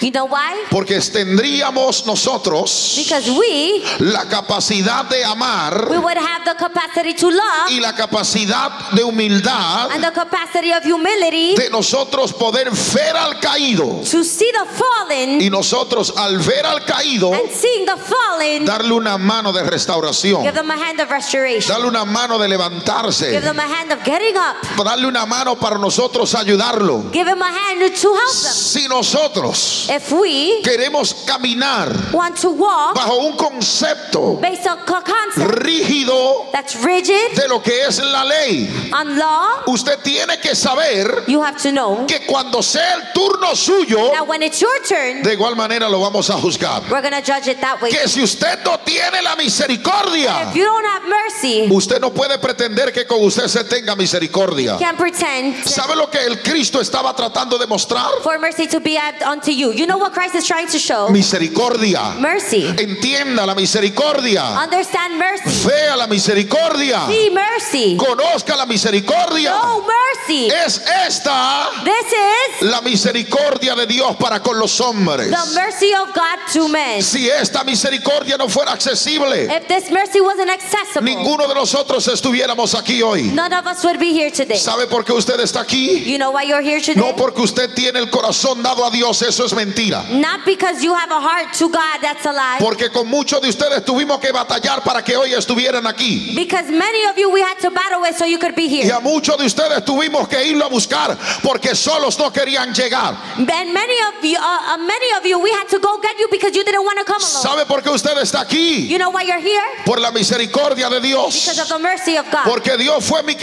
S2: You know why?
S1: Porque tendríamos nosotros
S2: Because we
S1: la capacidad de amar
S2: we would have the capacity to love
S1: y la capacidad de humildad
S2: and the capacity of humility
S1: de nosotros poder ver al caído
S2: to see the fallen
S1: Y nosotros al ver al caído,
S2: and seeing the fallen,
S1: darle una mano de restauración,
S2: give them a hand of restoration.
S1: darle una mano de levantarse,
S2: Give them a hand of getting up.
S1: darle una mano para nosotros ayudarlo.
S2: Give them a hand to help them.
S1: Si nosotros
S2: If we
S1: queremos caminar
S2: want to walk
S1: bajo un concepto
S2: based on a concept
S1: rígido
S2: that's rigid
S1: de lo que es la ley,
S2: on law,
S1: usted tiene que saber
S2: you have to know
S1: que cuando sea el turno suyo,
S2: that when it's your turn,
S1: de igual manera lo vamos a juzgar.
S2: we're going to judge it that way.
S1: Que si usted no tiene la misericordia,
S2: If you don't have mercy,
S1: usted no puede pretender que con usted se tenga misericordia.
S2: can't pretend
S1: ¿Sabe lo que el Cristo estaba tratando de mostrar?
S2: for mercy to be added unto you. You know what Christ is trying to show?
S1: Misericordia.
S2: Mercy.
S1: Entienda la misericordia.
S2: Understand mercy.
S1: Vea la misericordia.
S2: See mercy.
S1: Conozca la misericordia.
S2: No mercy.
S1: Es esta
S2: This is
S1: la misericordia de Dios para con los hombres.
S2: the mercy of God to men.
S1: Si esta misericordia no fuera accesible,
S2: If this mercy wasn't accessible,
S1: ninguno de nosotros estuviéramos aquí hoy.
S2: none of us would be here today.
S1: ¿Sabe por qué usted está aquí?
S2: You know why you're here today?
S1: No porque usted tiene el corazón dado a Dios, eso es mentira.
S2: Not because you have a heart to God that's alive.
S1: Porque con muchos de ustedes tuvimos que batallar para que hoy estuvieran aquí.
S2: Because many of you we had to battle with so you could be
S1: Y
S2: here.
S1: a muchos de ustedes tuvimos que irlo a buscar porque solos no querían llegar.
S2: And many of you, uh, uh, many of you, we had to go get you because you didn't want to come alone.
S1: ¿Sabe por qué usted está aquí?
S2: You know why you're here?
S1: Por la misericordia de
S2: Because
S1: Dios.
S2: of the mercy of God.
S1: Porque Dios fue mi-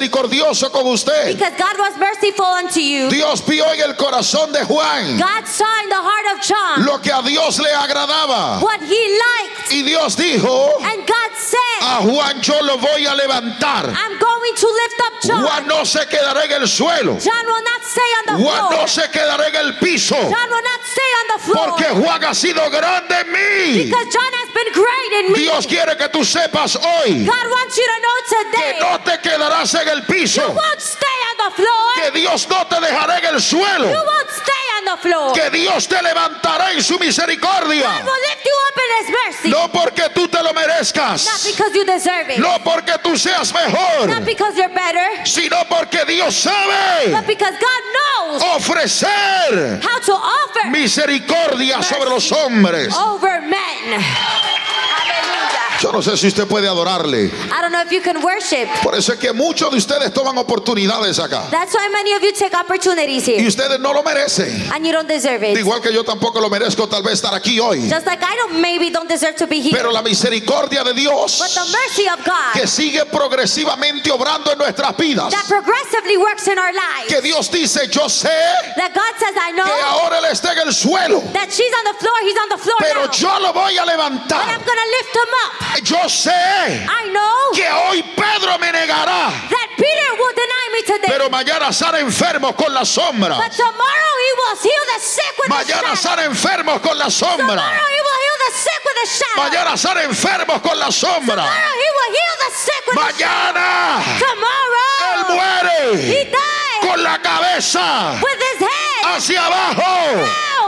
S1: misericordioso con usted.
S2: Because God was merciful unto you.
S1: Dios vio en el corazón de Juan
S2: God saw in the heart of John
S1: lo que a Dios le agradaba.
S2: what he liked.
S1: Y Dios dijo,
S2: And God said,
S1: a Juan yo lo voy a levantar.
S2: I'm going to lift up
S1: Juan
S2: John.
S1: no se quedará en el suelo.
S2: John will not stay on the
S1: Juan no
S2: floor.
S1: se quedará en el piso.
S2: John will not stay on the
S1: Porque
S2: floor.
S1: Juan ha sido grande en mí.
S2: Because John has been great in me.
S1: Dios quiere que tú sepas hoy
S2: God wants you to know
S1: que
S2: today.
S1: no te quedarás en el piso.
S2: Won't stay on the floor.
S1: Que Dios no te dejará en el suelo.
S2: You won't stay on the floor.
S1: Que Dios te levantará en su misericordia.
S2: God will lift you up in His mercy.
S1: No porque tú te lo
S2: Not
S1: merezcas.
S2: because you deserve it.
S1: No porque tú seas
S2: Not
S1: mejor.
S2: because you're better.
S1: Sino porque Dios
S2: But
S1: sabe
S2: because God
S1: Oh.
S2: knows
S1: ofrecer
S2: how to offer
S1: misericordia sobre los hombres.
S2: over men. Hallelujah.
S1: Yo no sé si usted puede adorarle.
S2: I don't know if you can worship.
S1: Por eso es que muchos de ustedes toman oportunidades acá.
S2: That's why many of you take opportunities
S1: Y
S2: here.
S1: ustedes no lo merecen.
S2: And you don't deserve it.
S1: Igual que yo tampoco lo merezco tal vez estar aquí hoy.
S2: Just like I don't maybe don't deserve to be here.
S1: Pero la misericordia de
S2: But the
S1: Dios
S2: mercy of God
S1: que sigue progresivamente obrando en nuestras vidas.
S2: that progressively works in our lives.
S1: Que Dios dice, yo sé
S2: That God says, I
S1: que
S2: know
S1: ahora Él está en el suelo,
S2: that she's on the floor, he's on the floor
S1: pero
S2: now.
S1: yo lo voy a
S2: But I'm
S1: levantar.
S2: gonna lift him up.
S1: Yo sé
S2: I know
S1: que hoy Pedro me negará,
S2: that Peter will deny me today.
S1: pero mañana estará enfermo con la sombra.
S2: but tomorrow he will heal the sick with a
S1: Mañana
S2: shadow.
S1: estará enfermo con la sombra.
S2: Tomorrow he will heal the sick with a shadow.
S1: Mañana estar enfermos con la sombra.
S2: Tomorrow he will heal the sick with a shadow.
S1: Mañana él
S2: Tomorrow he
S1: muere
S2: died
S1: con la cabeza
S2: with his head
S1: hacia abajo,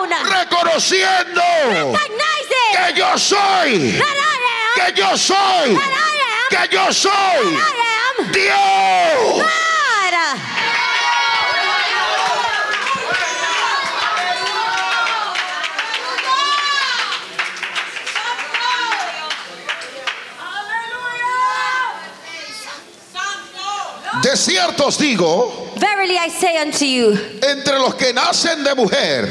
S2: down.
S1: reconociendo
S2: Recognizing
S1: que yo soy,
S2: that I am,
S1: que yo soy,
S2: that I am,
S1: que yo soy
S2: I am
S1: Dios.
S2: God.
S1: De cierto os digo,
S2: Verily I say unto you,
S1: entre los que nacen de mujer,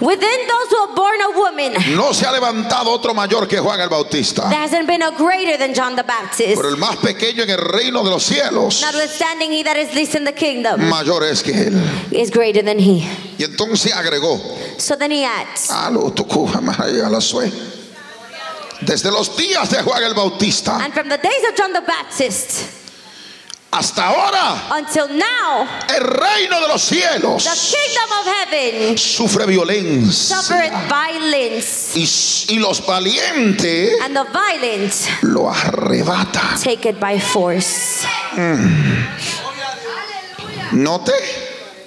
S2: within those who are born of woman,
S1: no se ha levantado otro mayor que Juan el Bautista,
S2: there hasn't been a greater than John the Baptist.
S1: pero el más pequeño en el reino de los cielos,
S2: Notwithstanding, he that is least in the kingdom
S1: mayor es que él.
S2: is greater than he.
S1: Y entonces agregó,
S2: So then he adds,
S1: A lo tocó, jamás llega la sue. Desde los días de Juan el Bautista
S2: and from the days of John the Baptist
S1: hasta ahora,
S2: until now,
S1: el reino de los
S2: the
S1: cielos
S2: kingdom of heaven
S1: sufre violencia
S2: suffereth violence,
S1: y, y los valientes
S2: and the violent
S1: lo arrebata.
S2: take it by force.
S1: Note,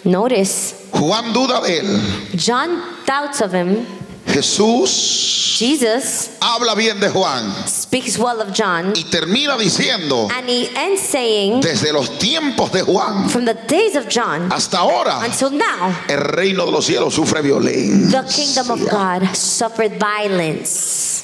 S2: Notice,
S1: Juan duda de él.
S2: John doubts of him.
S1: Jesús
S2: Jesus
S1: habla bien de Juan
S2: speaks well of John,
S1: y termina diciendo,
S2: and he ends saying,
S1: desde los tiempos de Juan
S2: From the days of John
S1: hasta ahora,
S2: until now,
S1: el reino de los cielos sufre
S2: the
S1: violencia.
S2: kingdom of God suffered violence.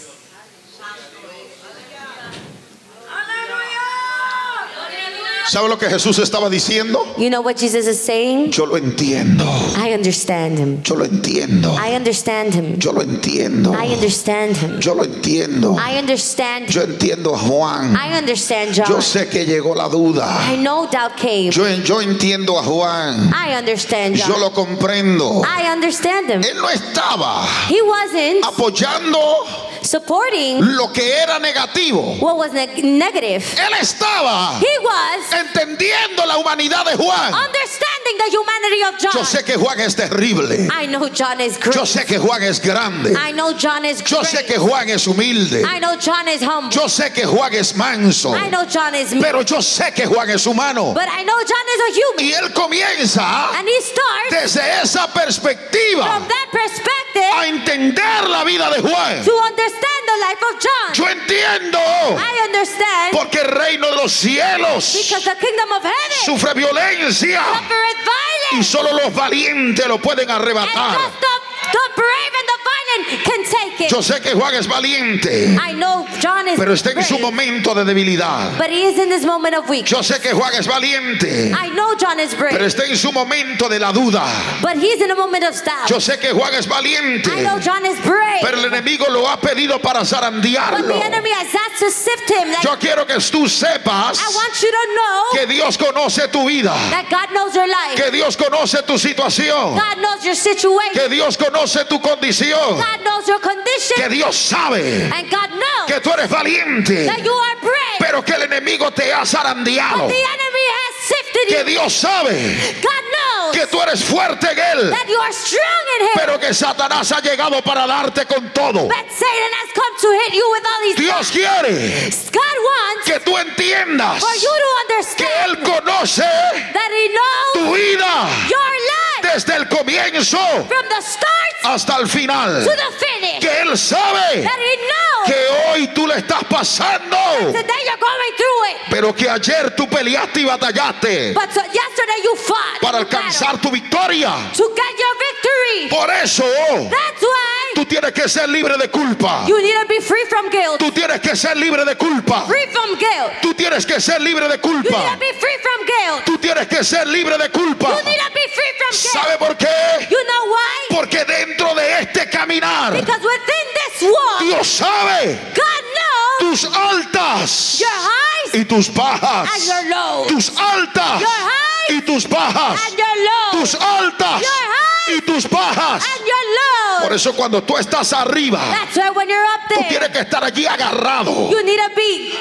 S1: ¿Sabe lo que Jesús estaba diciendo?
S2: You know what Jesus is saying?
S1: Yo lo entiendo,
S2: I understand him.
S1: yo lo entiendo,
S2: I understand him.
S1: yo lo entiendo,
S2: I understand him.
S1: yo lo entiendo,
S2: I understand
S1: yo entiendo a Juan,
S2: I understand John.
S1: yo sé que llegó la duda,
S2: I know doubt came.
S1: yo, yo entiendo a Juan,
S2: I understand
S1: yo
S2: John.
S1: lo comprendo.
S2: I understand him.
S1: Él no estaba
S2: He wasn't
S1: apoyando
S2: supporting
S1: lo que era negativo.
S2: what was neg- negative.
S1: Él estaba
S2: He was
S1: entendiendo la humanidad de Juan.
S2: understanding the humanity of
S1: Yo
S2: John.
S1: sé que Juan es terrible.
S2: I know John is great.
S1: Yo sé que Juan es grande.
S2: I know John is
S1: Yo
S2: great.
S1: sé que Juan es humilde.
S2: I know John is humble.
S1: Yo sé que Juan es manso.
S2: I know John is mean.
S1: Pero yo sé que Juan es humano.
S2: But I know John is a human.
S1: Y él comienza
S2: And he starts
S1: desde esa
S2: from
S1: perspectiva
S2: that perspective
S1: a entender la vida de Juan.
S2: to understand the life of John.
S1: Yo entiendo
S2: I understand
S1: porque el reino de los cielos
S2: because the kingdom of heaven
S1: sufre violencia.
S2: suffereth violence.
S1: Y solo los valientes lo pueden
S2: And
S1: arrebatar.
S2: just the, the brave and the violent can take it.
S1: Yo sé que Juan es valiente,
S2: I know John is
S1: pero está en su
S2: brave,
S1: momento de debilidad.
S2: but he is in this moment of weakness.
S1: Yo sé que Juan es valiente,
S2: I know John is brave,
S1: pero está en su momento de la duda.
S2: but he's in a moment of doubt.
S1: Yo sé que Juan es valiente,
S2: I know John is brave,
S1: pero el enemigo lo ha pedido para
S2: but
S1: zarandearlo.
S2: the enemy has asked to sift him. Like,
S1: Yo quiero que tú sepas
S2: I want you to know
S1: que Dios conoce tu vida,
S2: that God knows your life.
S1: que Dios conoce tu situación,
S2: God knows your situation.
S1: que Dios conoce tu condición,
S2: God knows your
S1: que
S2: condition.
S1: Dios sabe
S2: And God knows
S1: que tú eres valiente.
S2: that you are brave.
S1: pero que el enemigo te ha zarandeado.
S2: But the enemy has sifted
S1: Que
S2: you.
S1: Dios sabe
S2: God knows
S1: que tú eres fuerte en él,
S2: that you are strong in him.
S1: pero que Satanás ha llegado para darte con todo.
S2: But Satan has come to hit you with all these
S1: Dios quiere
S2: God wants
S1: que tú entiendas
S2: for you to
S1: que
S2: understand
S1: Él conoce
S2: that He knows
S1: tu vida
S2: your life
S1: desde el comienzo
S2: from the start
S1: hasta el final.
S2: to the finish.
S1: Que Él sabe
S2: That He knows
S1: que hoy tú le estás pasando,
S2: today you're going through it,
S1: pero que ayer tú peleaste y batallaste
S2: but so yesterday you fought
S1: para
S2: in battle
S1: alcanzar tu victoria.
S2: to get your victory.
S1: Por eso
S2: That's why
S1: Tú tienes que ser libre de culpa.
S2: you need to be free from guilt,
S1: Tú tienes que ser libre de culpa.
S2: free from guilt.
S1: Tú tienes que ser libre de
S2: You need to
S1: culpa.
S2: be free from guilt.
S1: Tú tienes que ser libre de culpa.
S2: You need to be free from guilt.
S1: ¿Sabe por qué?
S2: You know why?
S1: Porque dentro de este caminar,
S2: Because within this wall,
S1: Dios sabe
S2: God knows
S1: tus altas
S2: your highs
S1: y tus bajas.
S2: and your lows, your
S1: Tus altas
S2: highs
S1: y tus bajas.
S2: and your lows.
S1: Tus altas
S2: Your highs
S1: y tus bajas.
S2: and your love.
S1: Por eso cuando tú estás arriba,
S2: That's why when you're up
S1: tú
S2: there,
S1: tienes que estar allí agarrado.
S2: you need to be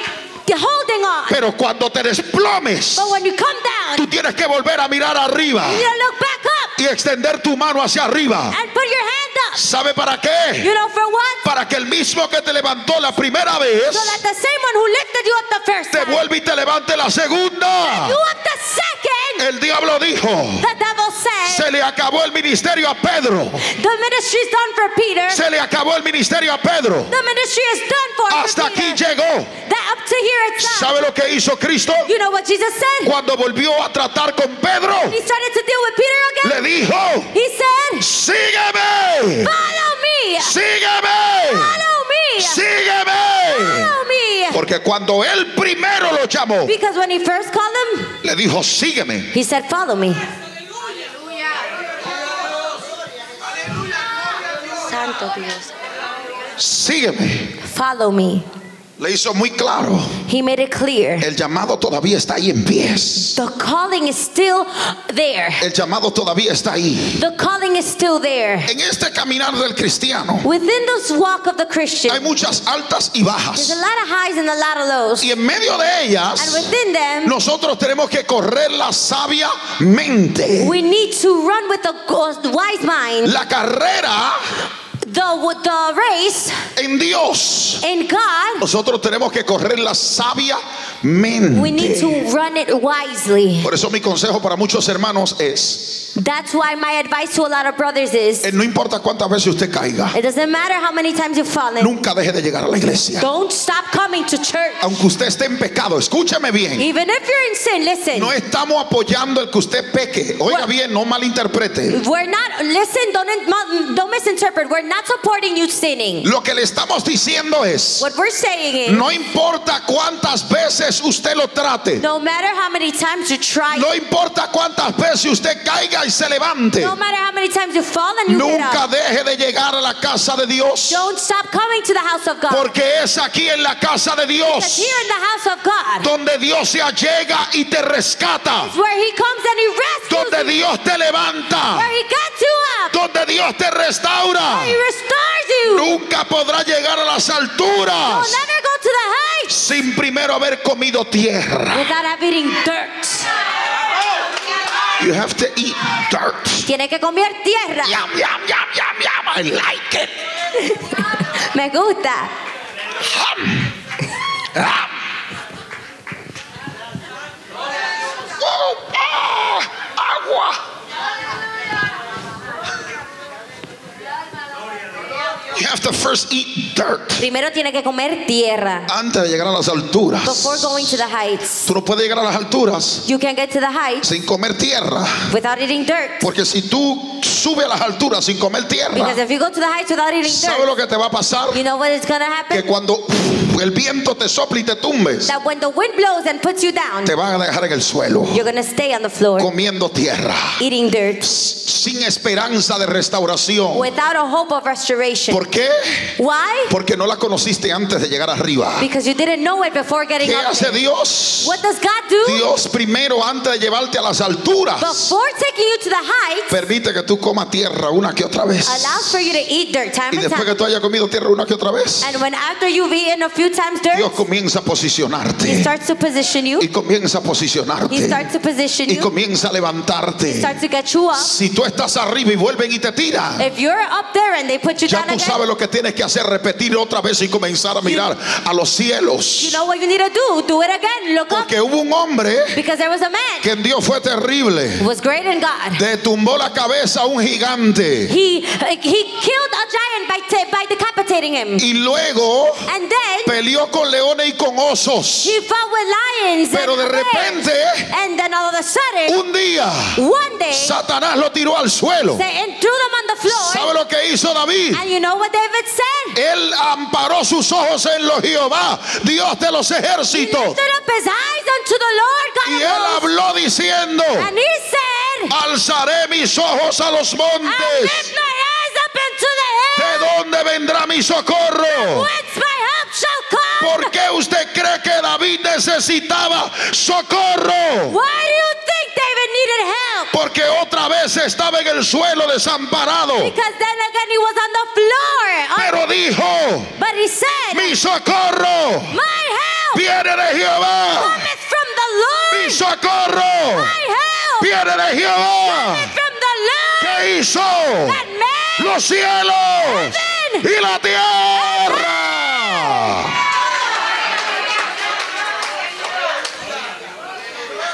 S2: holding on.
S1: Pero cuando te desplomes,
S2: But when you come down,
S1: Tú tienes que volver a mirar arriba
S2: you need to look back up
S1: y extender tu mano hacia arriba.
S2: and put your hand up.
S1: ¿Sabe para qué?
S2: You know, for what?
S1: Para que el mismo que te levantó la primera
S2: So that
S1: vez,
S2: the same one who lifted you up the first
S1: te
S2: time,
S1: vuelve y te levante la segunda.
S2: you up the second,
S1: El diablo dijo,
S2: the devil said,
S1: se le acabó el ministerio a Pedro.
S2: the ministry's done for Peter.
S1: Se le acabó el ministerio a Pedro.
S2: The ministry is done for,
S1: Hasta
S2: for
S1: aquí
S2: Peter.
S1: llegó.
S2: That up to here it's done.
S1: ¿Sabe lo que hizo Cristo?
S2: You know what Jesus said?
S1: Cuando volvió a tratar con Pedro,
S2: He started to deal with Peter again.
S1: le dijo,
S2: He said,
S1: sígueme,
S2: follow me,
S1: sígueme,
S2: follow me,
S1: sígueme.
S2: follow me.
S1: Porque cuando él primero lo llamó,
S2: Because when he first called him,
S1: le dijo, sígueme.
S2: he said, Follow me. Santo Dios.
S1: Sígueme.
S2: Follow me.
S1: Le hizo muy claro.
S2: He made it clear.
S1: El llamado todavía está ahí en pies.
S2: The calling is still there.
S1: El llamado todavía está ahí.
S2: The calling is still there.
S1: En este caminar del cristiano
S2: Within this walk of the Christian,
S1: hay muchas altas y
S2: there's a
S1: bajas.
S2: lot of highs and a lot of lows.
S1: Y en medio de
S2: And
S1: ellas,
S2: within them,
S1: nosotros tenemos que correrla sabiamente.
S2: we need to run with a go- wise mind.
S1: La carrera
S2: The, the race
S1: en Dios.
S2: in God,
S1: Nosotros tenemos que correrla
S2: we need
S1: sabiamente.
S2: to run it wisely.
S1: Por eso mi consejo para muchos hermanos es,
S2: That's why my advice to a lot of brothers is
S1: Eh, No importa cuántas veces usted caiga,
S2: it doesn't matter how many times you've fallen,
S1: nunca deje de llegar a la iglesia.
S2: don't stop coming to church.
S1: Aunque usted esté en pecado, escúchame bien.
S2: Even if you're in sin, listen.
S1: No estamos apoyando el que usted peque. Oiga
S2: Bueno.
S1: bien, no malinterprete.
S2: We're not listen, don't don't misinterpret. We're not supporting you sinning.
S1: Lo que le estamos diciendo es,
S2: What we're saying is
S1: no importa cuántas veces usted lo trate,
S2: no matter how many times you try,
S1: no importa cuántas veces usted caiga y se levante,
S2: no matter how many times you fall and you get
S1: nunca
S2: up,
S1: deje de llegar a la casa de Dios,
S2: don't stop coming to the house of God.
S1: porque es aquí en la casa de
S2: Because
S1: Dios
S2: here in the house of God
S1: donde Dios se allega y te rescata,
S2: is where He comes and He rescues,
S1: donde Dios te levanta,
S2: where He gets you up,
S1: donde Dios te restaura.
S2: He restores you.
S1: Nunca podrá llegar a las alturas
S2: You'll never go to the heights
S1: sin primero haber comido tierra.
S2: without having eaten dirt.
S1: You have to eat dirt.
S2: Tiene que comer tierra.
S1: Yum, yum, yum, yum, yum. I like it.
S2: Me gusta.
S1: Oh, ah, agua. You have to first eat dirt
S2: Primero tiene que comer tierra
S1: antes de llegar a las alturas.
S2: before going to the heights.
S1: Tú no puedes llegar a las alturas
S2: You can get to the heights
S1: sin comer tierra.
S2: without eating dirt.
S1: Porque si tú subes a las alturas sin comer tierra,
S2: Because if you go to the heights without eating
S1: ¿sabes
S2: dirt,
S1: lo que te va a pasar?
S2: you know what is going to
S1: Que
S2: happen?
S1: cuando uf, el viento te sopla y te tumbes,
S2: That when the wind blows and puts you down,
S1: te van a dejar en el suelo
S2: you're going to stay on the floor
S1: comiendo tierra
S2: eating dirt
S1: sin esperanza de restauración.
S2: without a hope of restoration.
S1: ¿Por qué?
S2: Why?
S1: Porque no la conociste antes de llegar arriba.
S2: Because you didn't know it before getting
S1: ¿Qué
S2: up.
S1: hace Dios?
S2: What does God do?
S1: Dios primero, antes de llevarte a las alturas,
S2: Before taking you to the heights,
S1: permite que tú comas tierra una que otra vez.
S2: allows for you to eat dirt time
S1: Y
S2: and
S1: después que
S2: time.
S1: tú hayas comido tierra una que otra vez,
S2: And when after you've eaten a few times dirt,
S1: Dios comienza a
S2: He
S1: posicionarte.
S2: starts to position you.
S1: Y comienza a
S2: He starts
S1: posicionarte.
S2: to position
S1: Y
S2: you.
S1: comienza a levantarte.
S2: Starts to get you up.
S1: Si tú estás arriba y vuelven y te tiran,
S2: If you're up there and they put you
S1: ya
S2: down
S1: tú sabes
S2: again,
S1: lo que tienes que hacer, repetir otra vez y comenzar a mirar a los
S2: you
S1: cielos.
S2: know what you need to do. Do it again. Look up.
S1: Porque hubo un hombre
S2: Because there was a man
S1: que en Dios fue terrible.
S2: who was great in God.
S1: Le tumbó la cabeza a un gigante.
S2: He he killed a giant by ta- by decapitating him.
S1: Y luego
S2: And then
S1: peleó con leones y con osos.
S2: he fought with lions.
S1: Pero
S2: and
S1: de
S2: bears.
S1: repente,
S2: And then all of a sudden,
S1: un día,
S2: one day,
S1: Satanás lo tiró al suelo.
S2: Satan threw them on the floor.
S1: ¿Sabe lo que hizo David?
S2: And you know what David said?
S1: Él amparó sus ojos en los Jehová, Dios de los
S2: He
S1: ejércitos.
S2: lifted up his eyes unto the Lord
S1: Y
S2: God
S1: él
S2: of hosts,
S1: habló diciendo,
S2: And he said,
S1: alzaré mis ojos a los
S2: I lift
S1: montes.
S2: my eyes up into the heavens.
S1: ¿De dónde vendrá mi socorro?
S2: Whence my help shall come?
S1: ¿Por qué usted cree que David necesitaba socorro?
S2: Why do you think David needed help?
S1: Porque otra vez estaba en el suelo desamparado.
S2: Because then again he was on the floor. Uh,
S1: Pero dijo,
S2: But he said,
S1: mi socorro
S2: My help
S1: viene de Jehová.
S2: cometh from the
S1: Mi
S2: Lord.
S1: socorro
S2: My help
S1: viene de Jehová.
S2: from the Lord.
S1: ¿Qué hizo?
S2: That man
S1: Los cielos y la tierra.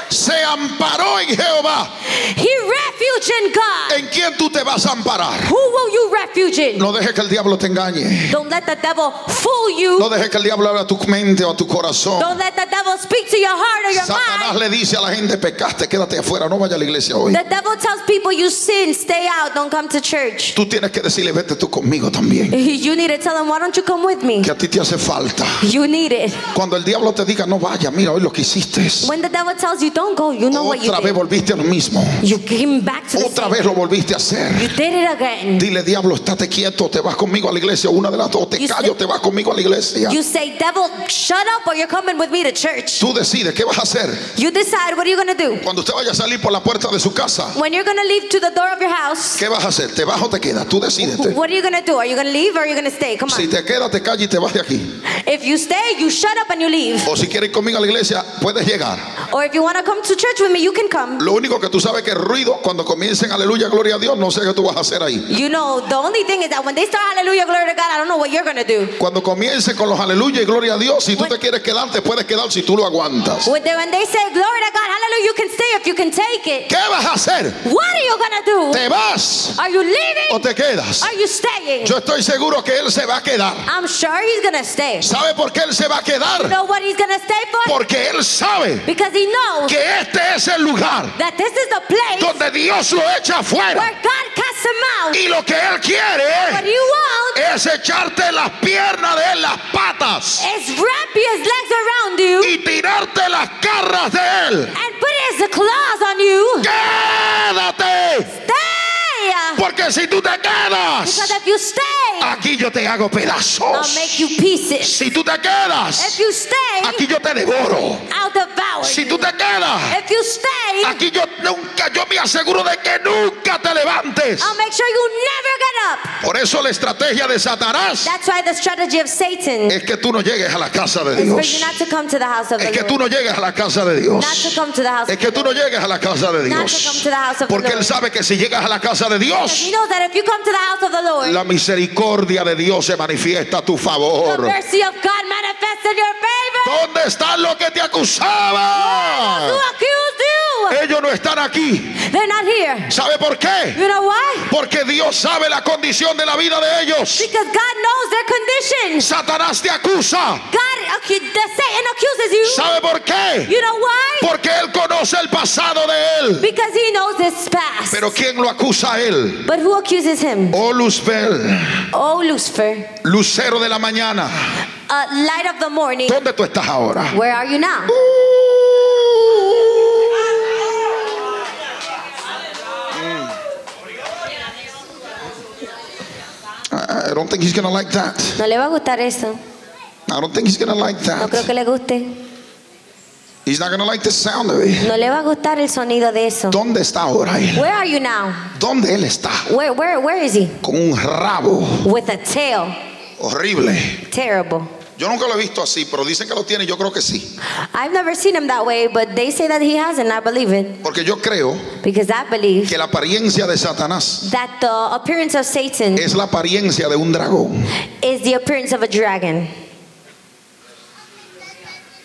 S1: Se amparó en Jehová.
S2: he refuge in God.
S1: ¿En quién tú te vas a amparar?
S2: Who will you refuge in?
S1: No dejes que el diablo te engañe.
S2: Don't let the devil fool you.
S1: No dejes que el diablo hable a tu mente o a tu corazón.
S2: Don't let the devil speak to your heart or your
S1: Satanás
S2: mind.
S1: le dice a la gente, pecaste, quédate afuera, no vaya a la iglesia hoy.
S2: The devil tells people you sin, stay out, don't come to church.
S1: Tú tienes que decirle, vete tú conmigo también,
S2: You need to tell him, why don't you come with me?
S1: que a ti te hace falta.
S2: You need it.
S1: Cuando el diablo te diga, no vaya, mira hoy lo que hiciste.
S2: When the devil tells you don't go, you know what you
S1: Otra vez
S2: did.
S1: volviste a lo mismo.
S2: You came back to the
S1: Otra
S2: same.
S1: vez lo volviste a hacer.
S2: You did it again.
S1: Dile, diablo, estate quieto, te vas conmigo a la iglesia. Una de las dos, te
S2: You
S1: callo,
S2: said-
S1: te vas conmigo a la iglesia.
S2: You say, devil, shut up or you're coming with me to church.
S1: Tú decides qué vas a hacer.
S2: You decide what are you going to do.
S1: Cuando usted vaya a salir por la puerta de su casa,
S2: When you're going to leave to the door of your house,
S1: ¿qué vas a hacer? ¿Te vas o te quedas? Tú decides.
S2: what are you going to do? Are you going to leave or are you going to stay? Come
S1: Si
S2: on.
S1: te quedas, te callas y te vas de aquí.
S2: If you stay, you shut up and you leave.
S1: O si quieres ir conmigo a la iglesia, puedes llegar.
S2: Or if you want to come to church with me, you can come.
S1: Lo único que tú sabes que ruido cuando comiencen aleluya, gloria a Dios, no sé qué tú vas a hacer ahí.
S2: You know, the only thing is that when they start hallelujah, glory to God, I don't know what you're going to do.
S1: Cuando comience con los aleluya y gloria a Dios, si tú te quieres quedar, te puedes quedar si tú lo aguantas.
S2: When they, when they say glory to God, hallelujah, you can stay if you can take it.
S1: ¿Qué vas a hacer?
S2: What are you going to
S1: ¿Te vas
S2: do? Are you leaving?
S1: o te quedas?
S2: Are you staying?
S1: Yo estoy seguro que él se va a quedar.
S2: I'm sure he's going to stay.
S1: ¿Sabe por qué él se va a
S2: You
S1: quedar?
S2: know what he's going to stay for?
S1: Porque él sabe
S2: Because he knows
S1: que este es el lugar
S2: that this is the place
S1: donde Dios lo echa
S2: where
S1: afuera.
S2: God casts him out.
S1: Y lo que él
S2: What
S1: quiere
S2: you want
S1: es echarte las piernas de él, las patas,
S2: is wrap his legs around you
S1: y tirarte las carras de él.
S2: and put his claws on you.
S1: Quédate,
S2: Stay!
S1: porque si tú te
S2: Because
S1: quedas,
S2: if you stay,
S1: aquí yo te hago
S2: I'll
S1: pedazos.
S2: make you pieces.
S1: Si tú te quedas,
S2: If you stay,
S1: aquí yo te devoro.
S2: I'll devour
S1: Si
S2: you.
S1: tú te quedas,
S2: If you stay,
S1: Aquí yo nunca, yo me aseguro de que nunca te levantes.
S2: I'll make sure you never get up.
S1: Por eso la estrategia de Satanás
S2: That's why the strategy of Satan
S1: es que tú no llegues a la casa de
S2: is for you
S1: Dios.
S2: not to come to the house of
S1: Es que
S2: the
S1: tú
S2: Lord.
S1: no llegues a la casa de
S2: Not to
S1: Dios.
S2: come to the house
S1: Es
S2: of
S1: que tú no llegues a la casa de Dios. Porque él sabe que si llegas a la casa de
S2: Because
S1: Dios,
S2: he knows that if you come to the house of the Lord,
S1: la misericordia de Dios se manifiesta a tu
S2: the
S1: favor.
S2: mercy of God manifests in your favor.
S1: ¿Dónde están los que te
S2: Who
S1: acusaban?
S2: accused you?
S1: Ellos no están aquí.
S2: They're not here.
S1: ¿Sabe por qué?
S2: You know why?
S1: Porque Dios sabe la condición de la vida de ellos.
S2: Because God knows their condition.
S1: Satanás te acusa.
S2: God, acu- the Satan accuses you.
S1: ¿Sabe por qué?
S2: You know why?
S1: Porque él conoce el pasado de él.
S2: Because he knows his past.
S1: Pero ¿quién lo acusa a él?
S2: But who accuses him?
S1: Oh Luzbel,
S2: Oh, Lucifer,
S1: lucero de la mañana,
S2: uh, light of the morning.
S1: ¿dónde tú estás ahora?
S2: Where are you now?
S1: Mm. I I don't think he's gonna like that.
S2: No le va a gustar eso.
S1: I don't think he's gonna like
S2: No creo
S1: that.
S2: que le guste.
S1: He's not gonna like the sound of it.
S2: No le va a gustar el sonido de eso.
S1: ¿Dónde está ahora él?
S2: Where are you now?
S1: ¿Dónde él está?
S2: Where, where, where is he?
S1: Con un rabo
S2: With a tail.
S1: horrible.
S2: Terrible.
S1: Yo nunca lo he visto así, pero dicen que lo tiene. Yo creo que sí.
S2: I've never seen him that way, but they say that he has, and I believe it.
S1: Porque yo creo
S2: Because I believe
S1: que la apariencia de Satanás
S2: that the appearance of Satan
S1: es la apariencia de un dragón.
S2: is the appearance of a dragon.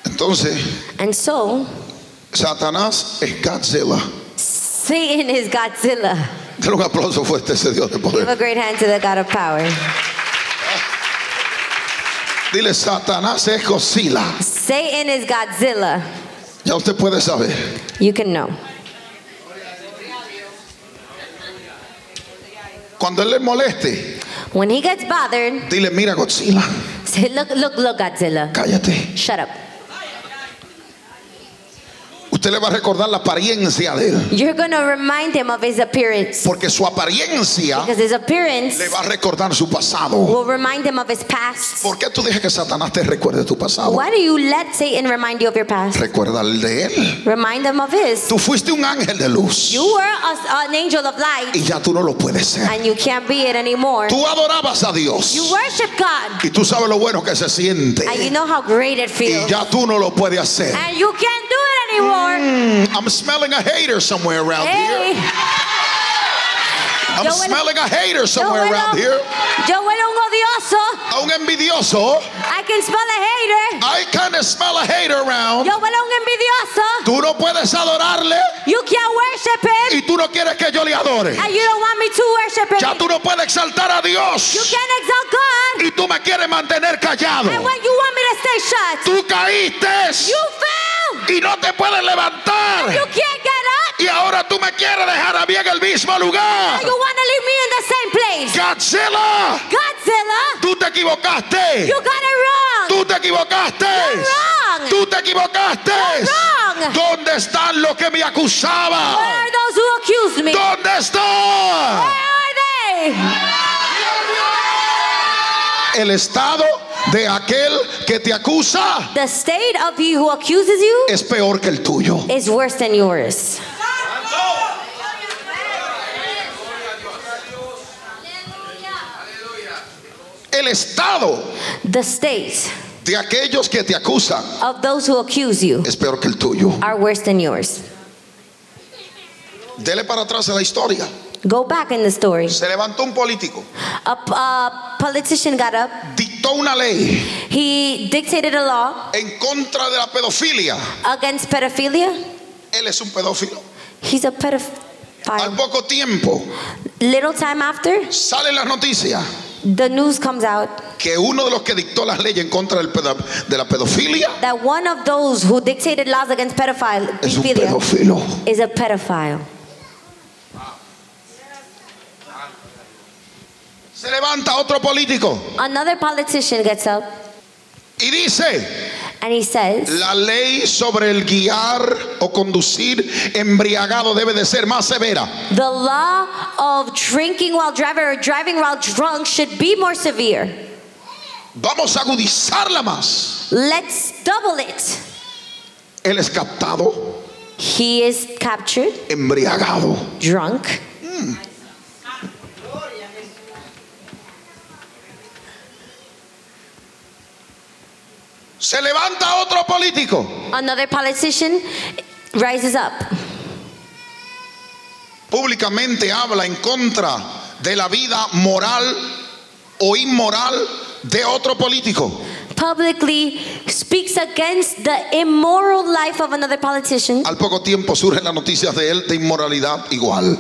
S1: Entonces,
S2: And so,
S1: Satanás es Godzilla.
S2: Satan is Godzilla.
S1: Denle un aplauso fuerte a ese Dios de
S2: Give
S1: poder.
S2: a great hand to the God of power.
S1: Dile, Satanás es Godzilla.
S2: Satan is Godzilla.
S1: Ya usted puede saber.
S2: You can know.
S1: Cuando él le moleste,
S2: When he gets bothered,
S1: dile, mira Godzilla,
S2: say, Look, look, look, Godzilla.
S1: cállate.
S2: Shut up.
S1: Usted le va a recordar la apariencia de él.
S2: You're going to remind him of his appearance.
S1: Porque su apariencia
S2: Because his appearance
S1: le va a recordar su pasado.
S2: will remind him of his past.
S1: ¿Por qué tú dejas que Satanás te recuerde tu pasado?
S2: Why do you let Satan remind you of your past?
S1: Recuerda el de él.
S2: Remind him of his.
S1: Tú fuiste un ángel de luz
S2: You were a- an angel of light,
S1: y ya tú no lo puedes ser.
S2: and you can't be it anymore.
S1: Tú adorabas a Dios.
S2: You worship God,
S1: Y tú sabes lo bueno que se siente.
S2: and you know how great it
S1: Y
S2: feels.
S1: ya tú no lo puedes hacer.
S2: And you can't do it anymore.
S1: I'm smelling a hater somewhere around Mm. here.
S2: Hey,
S1: I'm
S2: yo huelo-
S1: smelling a hater
S2: yo
S1: somewhere
S2: huelo,
S1: around here.
S2: yo huelo un odioso.
S1: A un envidioso.
S2: I can smell a hater.
S1: I kind of smell a hater around.
S2: Yo huelo un envidioso.
S1: Tú no puedes adorarle
S2: You can't worship him,
S1: y tú no quieres que yo le adore.
S2: and you don't want me to worship
S1: Ya
S2: him.
S1: tú no puedes exaltar a
S2: You
S1: Dios
S2: can't exalt God,
S1: y tú me quieres mantener callado.
S2: and when you want me to stay shut,
S1: Tú caíste
S2: you fell.
S1: y no te puedes
S2: You
S1: levantar.
S2: can't get up.
S1: Y ahora tú me quieres dejar a mí en el mismo lugar.
S2: You want to leave me in the same place.
S1: Godzilla.
S2: Godzilla,
S1: Tú te equivocaste.
S2: you got it wrong.
S1: Tú te equivocaste.
S2: You're wrong.
S1: Tú te equivocaste.
S2: You're wrong.
S1: ¿Dónde están los que me
S2: Where
S1: acusaban?
S2: are those who accuse me? Where
S1: ¿Dónde está?
S2: are they?
S1: El estado de aquel que te acusa
S2: The state of he who accuses you
S1: es peor que el tuyo.
S2: is worse than yours.
S1: El estado
S2: The state
S1: de aquellos que te acusan
S2: of those who accuse you
S1: es peor que el tuyo.
S2: are worse than yours.
S1: Dele para atrás a la historia.
S2: Go back in the story.
S1: Se levantó un político,
S2: A, p- a politician got up.
S1: dictó una ley
S2: He dictated a law
S1: en contra de la pedofilia.
S2: against pedophilia.
S1: Él es un pedófilo.
S2: He's a
S1: Al
S2: pedophile.
S1: poco tiempo
S2: Little time after,
S1: salen las noticias
S2: the news comes out
S1: que uno de los que dictó las leyes en contra del pedo- de la pedofilia
S2: that one of those who dictated laws against pedophile
S1: es un
S2: pedophilia
S1: pedófilo.
S2: is a pedophile.
S1: Se levanta otro político
S2: Another politician gets up
S1: y dice,
S2: and he says,
S1: la ley sobre el guiar o conducir embriagado debe de ser más severa.
S2: the law of drinking while driving or driving while drunk should be more severe.
S1: Vamos a agudizarla más.
S2: Let's double it.
S1: Él es captado,
S2: He is captured,
S1: embriagado.
S2: drunk.
S1: Se levanta otro político.
S2: Another politician rises up.
S1: Públicamente habla en contra de la vida moral o inmoral de otro político.
S2: publicly speaks against the immoral life of another politician.
S1: Al poco tiempo surgen las noticias de él de inmoralidad igual.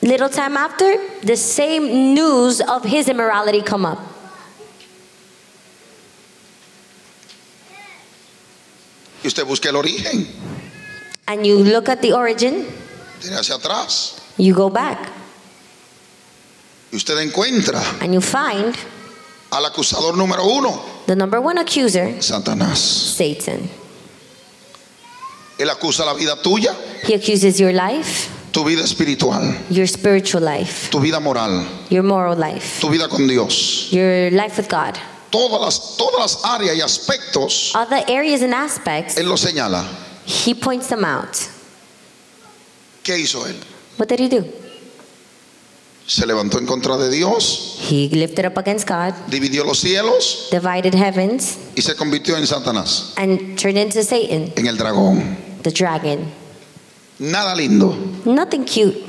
S2: Little time after, the same news of his immorality come up.
S1: Y usted busca el origen.
S2: And you look at the origin,
S1: Tiene hacia atrás.
S2: you go back,
S1: Y usted encuentra
S2: and you find
S1: al acusador número uno,
S2: the number one accuser,
S1: Satanás.
S2: Satan.
S1: Él acusa la vida tuya,
S2: He accuses your life,
S1: tu vida espiritual,
S2: your spiritual life,
S1: tu vida moral,
S2: your moral life,
S1: tu vida con Dios.
S2: your life with God.
S1: Todas las, todas las áreas y aspectos,
S2: Other areas and aspects,
S1: él lo señala.
S2: he points them out.
S1: ¿Qué hizo él?
S2: What did he do?
S1: Se levantó en contra de Dios,
S2: He lifted up against God,
S1: dividió los cielos
S2: divided heavens,
S1: y se convirtió en Satanás,
S2: and turned into Satan.
S1: en el dragón.
S2: the dragon.
S1: Nada lindo.
S2: Nothing cute.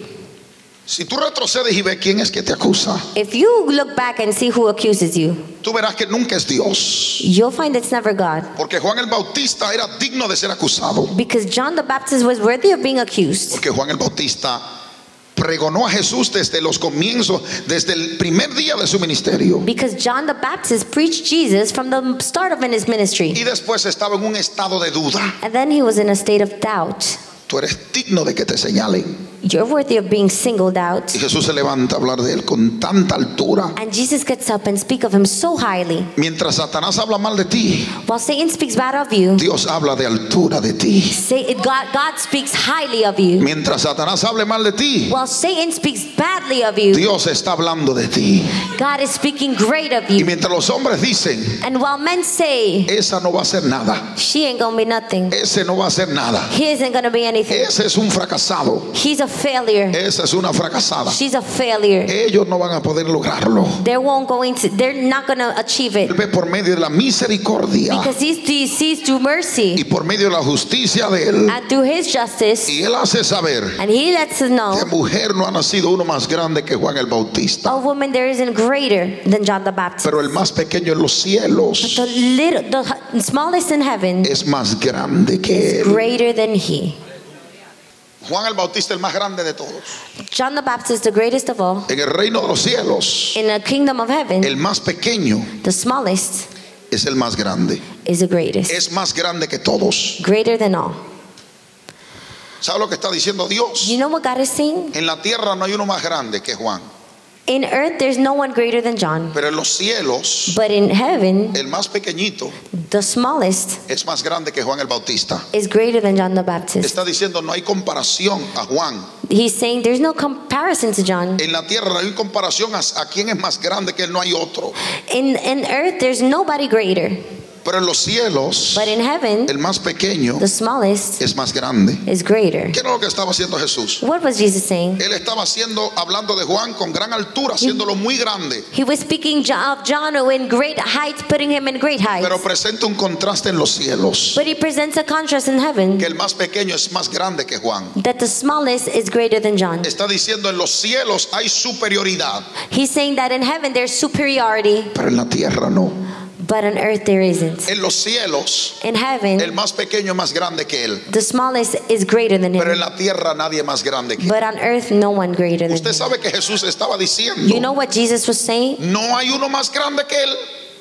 S1: Si tú retrocedes y ves quién es que te acusa,
S2: If you look back and see who accuses you,
S1: tú verás que nunca es Dios.
S2: you'll find it's never God.
S1: Porque Juan el Bautista era digno de ser acusado.
S2: Because John the Baptist was worthy of being accused.
S1: Porque Juan el Bautista pregonó a Jesús desde los comienzos, desde el primer día de su ministerio.
S2: Because John the Baptist preached Jesus from the start of in his ministry.
S1: Y después estaba en un estado de duda.
S2: And then he was in a state of doubt.
S1: Tú eres digno de que te señalen.
S2: You're worthy of being singled out.
S1: Y Jesús se levanta a hablar de él con tanta altura.
S2: And Jesus gets up and speak of him so highly.
S1: Mientras Satanás habla mal de ti,
S2: While Satan speaks bad of you,
S1: Dios habla de altura de ti.
S2: Satan, God, God speaks highly of you.
S1: Mientras Satanás hable mal de ti,
S2: While Satan speaks badly of you,
S1: Dios está hablando de ti.
S2: God is speaking great of
S1: Y
S2: you.
S1: mientras los hombres dicen,
S2: And while men say,
S1: esa no va a ser nada,
S2: She ain't gonna be nothing.
S1: ese no va a ser nada,
S2: He isn't gonna be anything.
S1: ese es un fracasado,
S2: He's a failure.
S1: esa es una fracasada,
S2: She's a failure.
S1: ellos no van a poder lograrlo.
S2: They won't going to. They're not gonna achieve
S1: Él
S2: it
S1: ve por medio de la misericordia
S2: because he's, he sees through
S1: y
S2: mercy
S1: por medio de la justicia de Él.
S2: and through his justice,
S1: Y Él hace saber
S2: and he lets us know,
S1: que mujer no ha nacido uno más grande que Juan el Bautista,
S2: oh woman, there isn't greater than John the Baptist.
S1: pero el más pequeño en los cielos
S2: The little, the h- smallest in heaven
S1: es más grande que Él.
S2: greater than he.
S1: Juan el Bautista el más grande de todos.
S2: John the Baptist, the greatest of all,
S1: En el reino de los cielos,
S2: in the kingdom of heaven,
S1: el más pequeño
S2: the smallest
S1: es el más grande.
S2: is the greatest,
S1: es más grande que todos.
S2: greater than all.
S1: ¿Sabe lo que está diciendo Dios?
S2: You know what God is saying?
S1: En la tierra no hay uno más grande que Juan,
S2: In earth, there's no one greater than John.
S1: pero en los cielos
S2: But in heaven,
S1: el más pequeñito
S2: the smallest
S1: es más grande que Juan el Bautista.
S2: is greater than John the Baptist.
S1: Está diciendo no hay comparación a Juan.
S2: He's saying there's no comparison to John.
S1: En la tierra no hay comparación a, a quién es más grande que él, no hay otro.
S2: In, in earth, there's nobody greater.
S1: Pero en los cielos,
S2: But in heaven,
S1: el más pequeño
S2: the smallest
S1: es más grande.
S2: is greater.
S1: ¿Qué era lo que estaba haciendo Jesús?
S2: What was Jesus saying?
S1: Él estaba haciendo, hablando de Juan con gran altura, haciéndolo muy grande.
S2: He was speaking jo- of John in great height, putting him in great height.
S1: Pero presenta un contraste en los cielos.
S2: But he presents a contrast in heaven
S1: Que el más pequeño es más grande que Juan.
S2: that the smallest is greater than John.
S1: Está diciendo en los cielos hay superioridad,
S2: He's saying that in heaven there's superiority,
S1: pero en la tierra no.
S2: but on earth there isn't.
S1: En los cielos,
S2: In heaven,
S1: el más pequeño es más grande que él,
S2: the smallest is greater than
S1: pero en
S2: him,
S1: la tierra nadie más grande que él.
S2: but on earth no one greater than
S1: Usted
S2: him.
S1: sabe que Jesús estaba
S2: You
S1: diciendo,
S2: know what Jesus was saying?
S1: no hay uno más grande que él.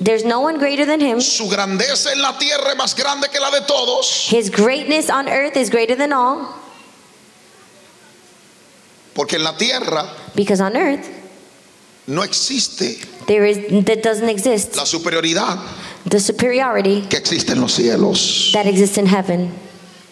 S2: There's no one greater than him.
S1: Su grandeza en la tierra es más grande que la de todos,
S2: His greatness on earth is greater than all,
S1: porque en la tierra
S2: because on earth
S1: no existe
S2: there is that doesn't exist
S1: la superioridad
S2: the superiority
S1: que existe en los cielos.
S2: that exists in heaven.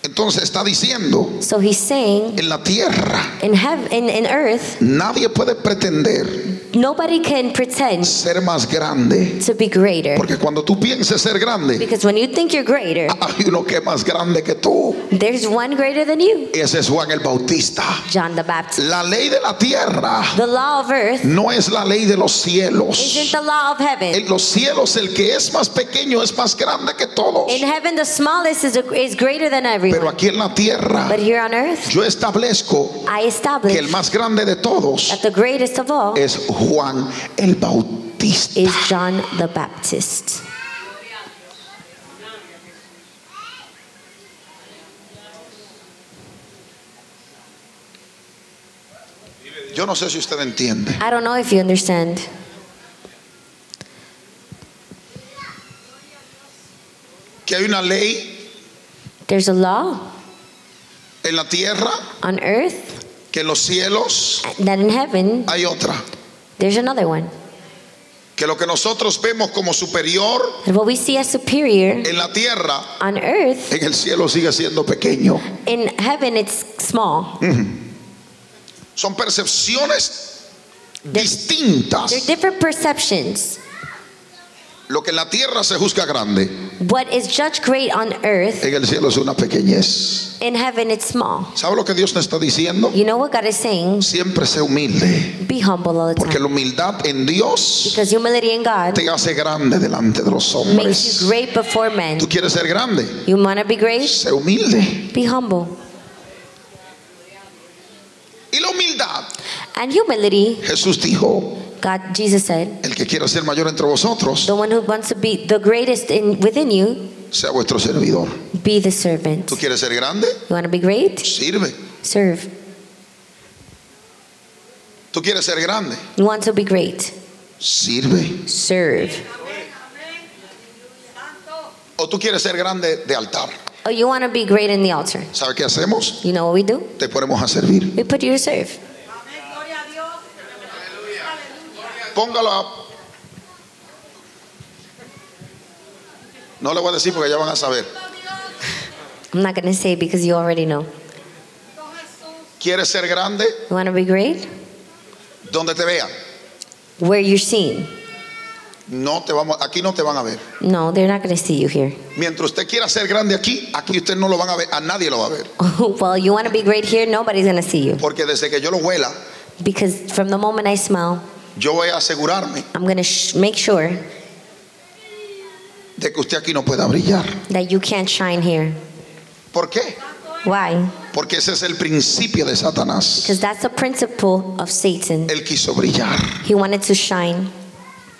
S1: Entonces está diciendo,
S2: So he's saying
S1: en la tierra
S2: in heaven, in, in earth,
S1: nadie puede pretender
S2: nobody can pretend
S1: ser más grande,
S2: to be greater,
S1: porque cuando tú pienses ser grande,
S2: because when you think you're greater,
S1: Hay uno que es más grande que tú.
S2: there's one greater than you.
S1: Ese es Juan el Bautista.
S2: John the Baptist.
S1: La ley de la tierra
S2: The law of earth
S1: no es la ley de los
S2: isn't
S1: cielos.
S2: the law of heaven.
S1: En los cielos el que es más pequeño es más grande que todos.
S2: In heaven, the smallest is, is greater than
S1: Pero
S2: everyone.
S1: aquí en la tierra
S2: But here on earth,
S1: yo establezco
S2: I
S1: que el
S2: establish
S1: más grande de todos
S2: that the greatest of all
S1: es Juan el Bautista.
S2: is John the Baptist.
S1: Yo no sé si usted entiende.
S2: I don't know if you understand.
S1: Que hay una ley
S2: There's a law
S1: en la tierra,
S2: on earth,
S1: que en los cielos
S2: that in heaven,
S1: hay otra.
S2: there's another one.
S1: Que lo que nosotros vemos como superior
S2: And what we see as superior
S1: en la tierra
S2: on earth,
S1: en el cielo sigue siendo pequeño.
S2: in heaven, it's small.
S1: Son percepciones distintas.
S2: There are different perceptions.
S1: Lo que en la tierra se juzga grande,
S2: What is judged great on earth,
S1: en el cielo es una pequeñez.
S2: in heaven, it's small.
S1: ¿Sabe lo que Dios nos está diciendo?
S2: You know what God is saying?
S1: Siempre sé humilde,
S2: Be humble all the time.
S1: porque la humildad en Dios
S2: Because humility in God
S1: te hace grande delante de los
S2: makes you
S1: hombres.
S2: great before men.
S1: ¿Tú quieres ser grande?
S2: You want to be great?
S1: Sé humilde.
S2: Be humble.
S1: Y la humildad,
S2: And humility,
S1: Jesús dijo,
S2: God, Jesus said,
S1: el que quiera ser mayor entre vosotros,
S2: the one who wants to be the greatest in within you,
S1: sea vuestro servidor.
S2: be the servant.
S1: ¿Tú quieres ser grande?
S2: You want to be great?
S1: Sirve.
S2: Serve.
S1: ¿Tú quieres ser grande?
S2: You want to be great?
S1: Sirve.
S2: Serve.
S1: o tú quieres ser grande de altar.
S2: Oh, you want to be great in the altar?
S1: ¿Sabe qué hacemos?
S2: You know what we do?
S1: Te ponemos a servir.
S2: We put you to serve.
S1: Póngalo a... No le voy a decir porque ya van a saber.
S2: I'm not going to say because you already know.
S1: ¿Quieres ser grande?
S2: You want to be great?
S1: Donde te vean.
S2: Where you're seen.
S1: No te vamos, aquí no te van a ver.
S2: No, they're not going to see you here.
S1: Mientras usted quiera ser grande aquí, aquí usted no lo van a ver, a nadie lo va a ver.
S2: well, you want to be great here? Nobody's going to see you.
S1: Porque desde que yo lo huela,
S2: Because from the moment I smell,
S1: yo voy a asegurarme
S2: I'm gonna sh- make sure
S1: de que usted aquí no pueda brillar.
S2: that you can't shine here.
S1: ¿Por qué?
S2: Why?
S1: Porque ese es el principio de Satanás.
S2: Because that's the principle of Satan.
S1: Él quiso brillar.
S2: He wanted to shine.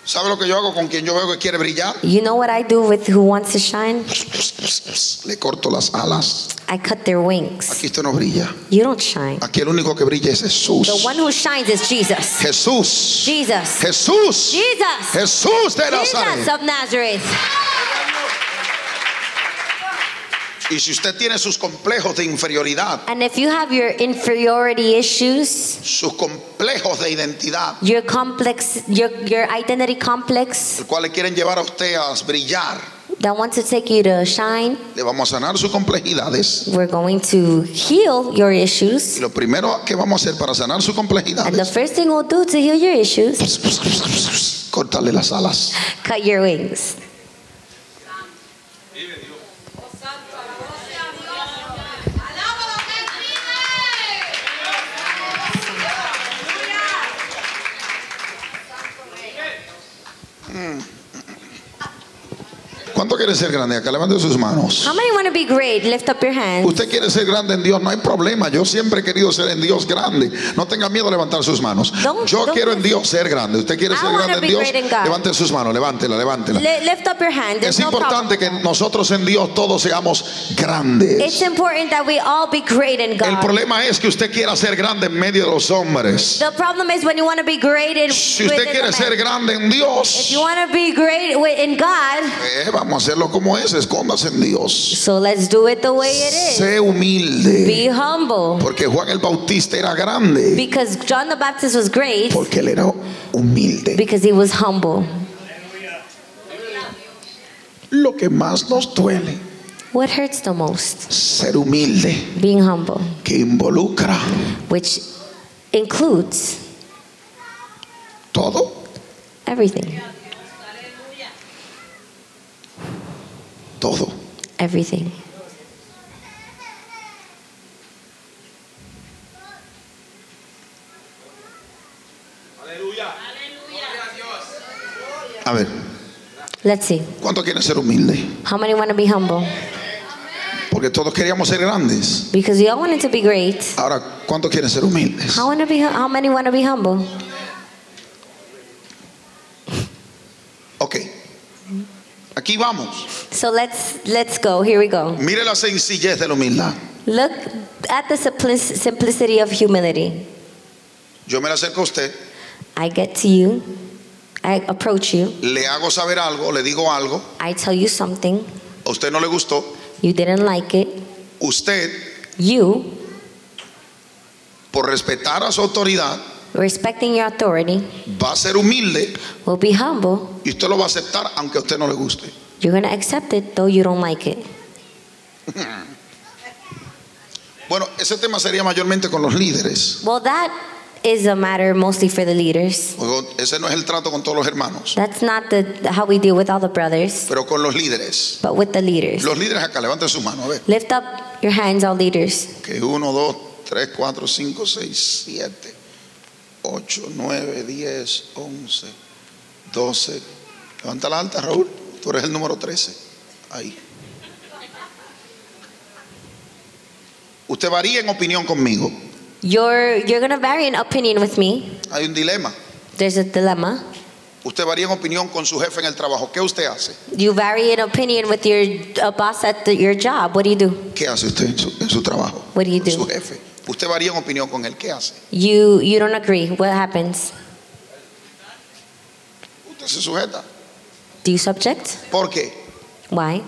S1: ¿Sabe lo que yo hago con quien yo veo que quiere brillar?
S2: You know what I do with who wants to shine?
S1: Le corto las alas.
S2: I cut their wings.
S1: Aquí usted no brilla.
S2: You don't shine.
S1: Aquí el único que brilla es Jesús.
S2: The one who shines is Jesus.
S1: Jesús.
S2: Jesus.
S1: Jesús.
S2: Jesus.
S1: Jesús de
S2: Jesus
S1: Nazaret.
S2: of Nazareth.
S1: Y si usted tiene sus complejos de inferioridad,
S2: And if you have your inferiority issues,
S1: sus complejos de identidad,
S2: your complex, your your identity complex
S1: el cual le quieren llevar a usted a brillar,
S2: that wants to take you to shine,
S1: le vamos a sanar sus complejidades.
S2: we're going to heal your issues.
S1: Y lo primero que vamos a hacer para sanar sus
S2: And the
S1: complejidades,
S2: first thing we'll do to heal your issues,
S1: cortarle las alas.
S2: cut your wings.
S1: ¿Cuánto quiere ser grande acá? Levante sus manos.
S2: How many want to be great? Lift up your hands.
S1: Usted quiere ser grande en Dios, no hay problema. Yo siempre he querido ser en Dios grande. No tenga miedo a levantar sus manos.
S2: Don't-
S1: Yo
S2: don't-
S1: quiero en Dios ser grande. Usted quiere
S2: I
S1: ser
S2: wanna
S1: grande en
S2: be
S1: Dios.
S2: great in God.
S1: Levante sus manos, levántela, levántela.
S2: Li- lift up your hand.
S1: Es
S2: There's no problem.
S1: importante que nosotros en Dios todos seamos grandes.
S2: It's important that we all be great in
S1: El
S2: God.
S1: problema es que usted quiera ser grande en medio de los hombres.
S2: The problem is when you want to be great in
S1: Si usted
S2: within the
S1: quiere ser
S2: man.
S1: grande en
S2: If
S1: Dios,
S2: you want to be great wi- in God,
S1: eh, vamos a hacerlo como es, escóndase en Dios.
S2: so let's do it the way it is.
S1: Sé humilde,
S2: Be humble.
S1: porque Juan el Bautista era grande,
S2: Because John the Baptist was great
S1: porque él era humilde.
S2: because he was humble.
S1: Lo que más nos duele,
S2: What hurts the most?
S1: ser humilde,
S2: Being humble,
S1: que involucra
S2: which includes
S1: todo.
S2: everything.
S1: Todo.
S2: Everything.
S1: A ver,
S2: Let's see.
S1: ¿cuánto quieren ser humilde?
S2: How many want to be humble?
S1: Porque todos queríamos ser grandes.
S2: Because you all wanted to be great.
S1: Ahora, ¿cuántos quieren ser humildes?
S2: How want to be? How many want to be humble?
S1: Ok. Aquí vamos.
S2: So let's let's go. Here we go.
S1: Mire la sencillez de la humildad.
S2: Look at the simpli- simplicity of humility.
S1: Yo me la acerco a usted,
S2: I get to you. I approach you.
S1: le hago saber algo, le digo algo,
S2: I tell you something.
S1: a usted no le gustó,
S2: You didn't like it.
S1: usted,
S2: You,
S1: por respetar a su autoridad,
S2: respecting your authority,
S1: va a ser humilde
S2: will be humble.
S1: y usted lo va a aceptar aunque a usted no le guste.
S2: You're going to accept it though you don't like it.
S1: Bueno, ese tema sería mayormente con los líderes,
S2: Well, that is a matter mostly for the leaders.
S1: porque ese no es el trato con todos los hermanos,
S2: That's not the how we deal with all the brothers,
S1: pero con los líderes.
S2: but with the leaders.
S1: Los líderes acá, levanten su mano, a ver.
S2: Lift up your hands, all leaders.
S1: Que 1, 2, 3, 4, 5, 6, 7, 8, 9, 10, 11, 12. Levanta la alta, Raúl. Tú eres el número 13. Ahí. Usted varía en opinión conmigo.
S2: You're you're going to vary in opinion with me.
S1: Hay un dilema.
S2: There's a dilemma.
S1: Usted varía en opinión con su jefe en el trabajo. ¿Qué usted hace?
S2: You vary in opinion with your uh, boss at the, your job. What do you do?
S1: ¿Qué hace usted en su, en su trabajo?
S2: What do you
S1: Con Su
S2: do?
S1: jefe. Usted varía en opinión con él. ¿Qué hace?
S2: You you don't agree. What happens?
S1: Usted se sujeta.
S2: Do you subject?
S1: ¿Por qué?
S2: Why?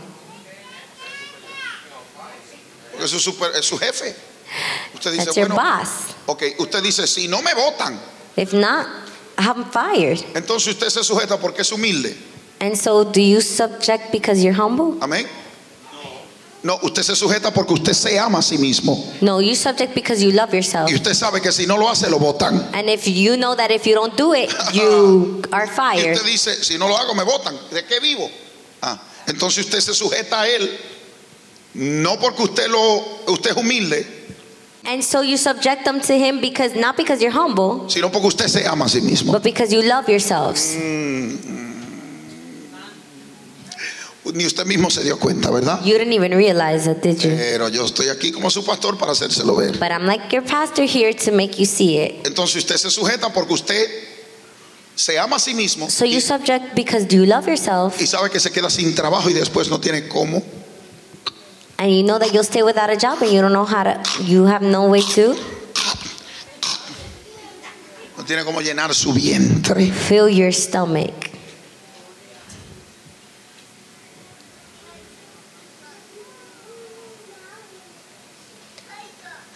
S1: Porque es su, super- es su jefe. Usted dice,
S2: That's your
S1: bueno,
S2: boss.
S1: Ok, usted dice, si no me votan,
S2: If not, I'm fired.
S1: entonces usted se sujeta porque es humilde.
S2: And so, do you subject because you're humble?
S1: Amén. No, usted se sujeta porque usted se ama a sí mismo.
S2: No, you subject because you love yourself.
S1: Y usted sabe que si no lo hace, lo votan.
S2: And if you know that if you don't do it, you are
S1: Y
S2: fired.
S1: usted dice, si no lo hago, me votan. ¿De qué vivo? Ah, entonces usted se sujeta a él, no porque usted lo, usted es humilde,
S2: And so you subject them to him because not because you're humble,
S1: sino porque usted se ama a sí mismo.
S2: but because you love yourselves.
S1: Ni usted mismo se dio cuenta, ¿verdad?
S2: You didn't even realize it, did you?
S1: Pero yo estoy aquí como su pastor para hacérselo ver.
S2: But I'm like your pastor here to make you see it.
S1: Entonces usted se sujeta porque usted se ama a sí mismo
S2: So
S1: y
S2: you subject because you love yourself
S1: y sabe que se queda sin trabajo y después no tiene cómo.
S2: and you know that you'll stay without a job and you don't know how to, you have no way to
S1: No tiene cómo llenar su vientre.
S2: fill your stomach.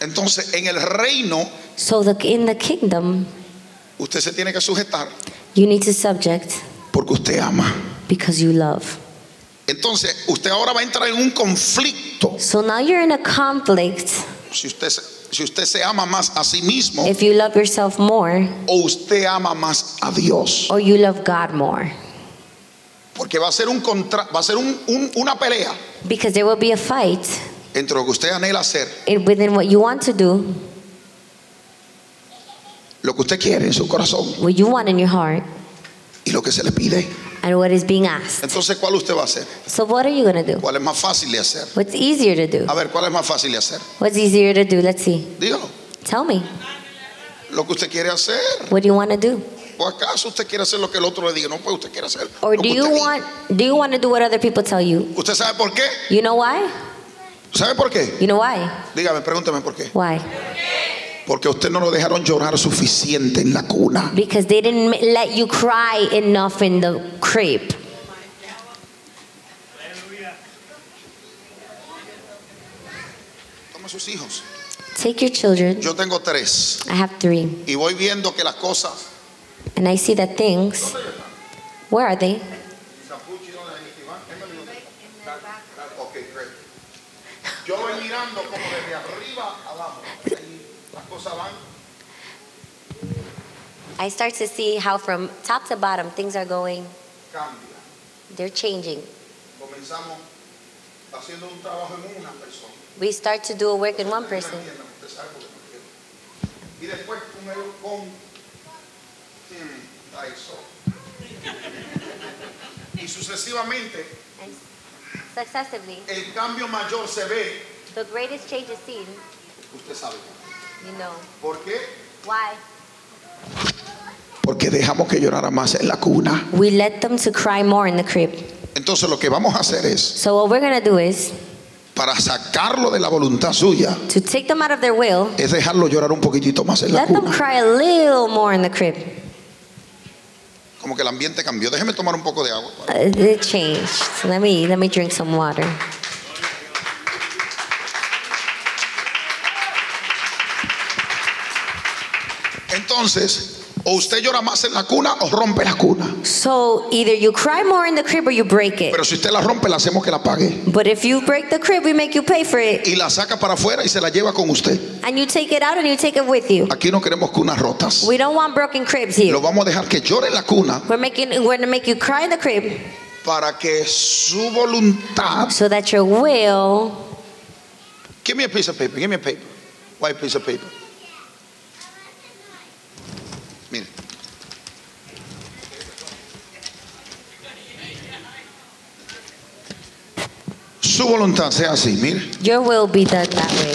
S1: Entonces, en el reino,
S2: So the, in the kingdom,
S1: usted se tiene que sujetar
S2: you need to subject
S1: porque usted ama.
S2: because you love.
S1: Entonces, usted ahora va a entrar en un conflicto.
S2: So now you're in a conflict
S1: Si usted, se- si usted se ama más a sí mismo
S2: if you love yourself more
S1: o usted ama más a Dios.
S2: or you love God more.
S1: porque va a ser, un contra, va a ser un- un- una pelea
S2: because there will be a fight
S1: entre lo que usted anhela hacer,
S2: in- within what you want to do,
S1: lo que usted quiere en su corazón
S2: what you want in your heart,
S1: y lo que se le pide.
S2: and what is being asked.
S1: Entonces, ¿cuál usted va a hacer?
S2: So, what are you going to do?
S1: ¿Cuál es más fácil de hacer?
S2: What's easier to do?
S1: A ver, ¿cuál es más fácil de hacer?
S2: What's easier to do? Let's see.
S1: Dígalo.
S2: Tell me.
S1: Lo que usted quiere hacer.
S2: What do you want to do?
S1: ¿O acaso usted quiere hacer lo que el otro le diga? No, pues usted quiere hacer. lo
S2: Or do
S1: que
S2: you
S1: usted diga.
S2: want do you want to do what other people tell you?
S1: ¿Usted sabe por qué?
S2: You know why?
S1: ¿Sabe por qué?
S2: You know why?
S1: Dígame, pregúntame por qué.
S2: Why?
S1: Porque a usted no lo dejaron llorar suficiente en la cuna.
S2: Because they didn't m- let you cry enough in the crib.
S1: Toma sus hijos.
S2: Take your children.
S1: Yo tengo tres.
S2: I have three.
S1: Y voy viendo que las cosas.
S2: And I see that things. Where are they?
S1: Ok, great. Yo voy mirando como desde arriba abajo. Ahí Las cosas van.
S2: I start to see how from top to bottom things are going,
S1: Cambia.
S2: they're changing.
S1: Comenzamos haciendo un trabajo en una persona.
S2: We start to do a work in one person.
S1: Usted sabe por qué no quiero. Y después con el- con mm, ahí eso. Y sucesivamente
S2: And successively,
S1: el cambio mayor se ve,
S2: the greatest change is seen,
S1: usted sabe.
S2: you know.
S1: ¿Por qué?
S2: Why?
S1: Porque dejamos que llorara más en la cuna.
S2: We let them to cry more in the crib.
S1: Entonces lo que vamos a hacer es,
S2: So what we're gonna do is
S1: para sacarlo de la voluntad suya,
S2: to take them out of their will,
S1: es dejarlo llorar un poquitito más en la
S2: let them
S1: cuna.
S2: cry a little more in the crib.
S1: Como que el ambiente cambió. Déjeme tomar un poco de agua.
S2: Uh, it changed. So let me let me drink some water.
S1: Entonces, o usted llora más en la cuna o rompe la cuna.
S2: So either you cry more in the crib or you break it.
S1: Pero si usted la rompe, la hacemos que la pague.
S2: But if you break the crib, we make you pay for it.
S1: Y la saca para afuera y se la lleva con usted.
S2: And you take it out and you take it with you.
S1: Aquí no queremos cunas rotas.
S2: We don't want broken cribs here.
S1: Lo vamos a dejar que llore en la cuna
S2: We're making we're gonna make you cry in the crib
S1: para que su voluntad.
S2: so that your will
S1: Give me a piece of paper. Give me a paper. White piece of paper. Mire. Su voluntad sea así, mire.
S2: your will be done that way.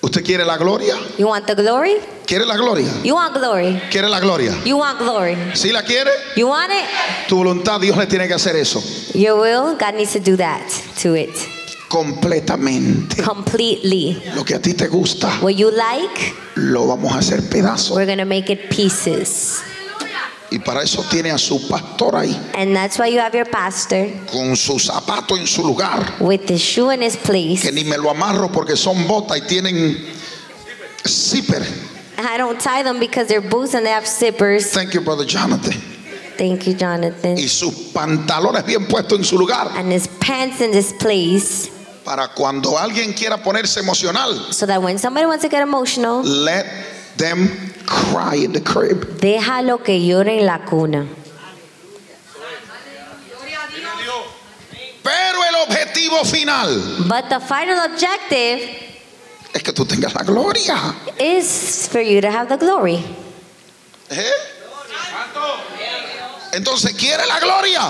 S1: ¿Usted quiere la gloria?
S2: You want the glory?
S1: ¿Quiere la gloria?
S2: You want glory.
S1: ¿Quiere la gloria?
S2: You want glory.
S1: Si la quiere,
S2: You want it?
S1: tu voluntad Dios le tiene que hacer eso.
S2: Your will, God needs to do that to it
S1: completamente.
S2: completely.
S1: Lo que a ti te gusta,
S2: What you like,
S1: lo vamos a hacer pedazo.
S2: we're gonna make it pieces.
S1: Y para eso tiene a su pastor ahí,
S2: And that's why you have your pastor
S1: con su zapato en su lugar,
S2: with the shoe in his place.
S1: que ni me lo amarro porque son botas y tienen zipper.
S2: I don't tie them because they're boots and they have zippers.
S1: Thank you, brother Jonathan.
S2: Thank you, Jonathan.
S1: Y sus pantalones bien puestos en su lugar,
S2: And his pants in his place
S1: para cuando alguien quiera ponerse emocional,
S2: so that when somebody wants to get emotional,
S1: let them cry in the crib.
S2: déjalo que llore en la cuna.
S1: Pero el objetivo final
S2: But the final objective
S1: es que tú tengas la gloria.
S2: is for you to have the glory.
S1: ¿Eh? Entonces quiere la gloria.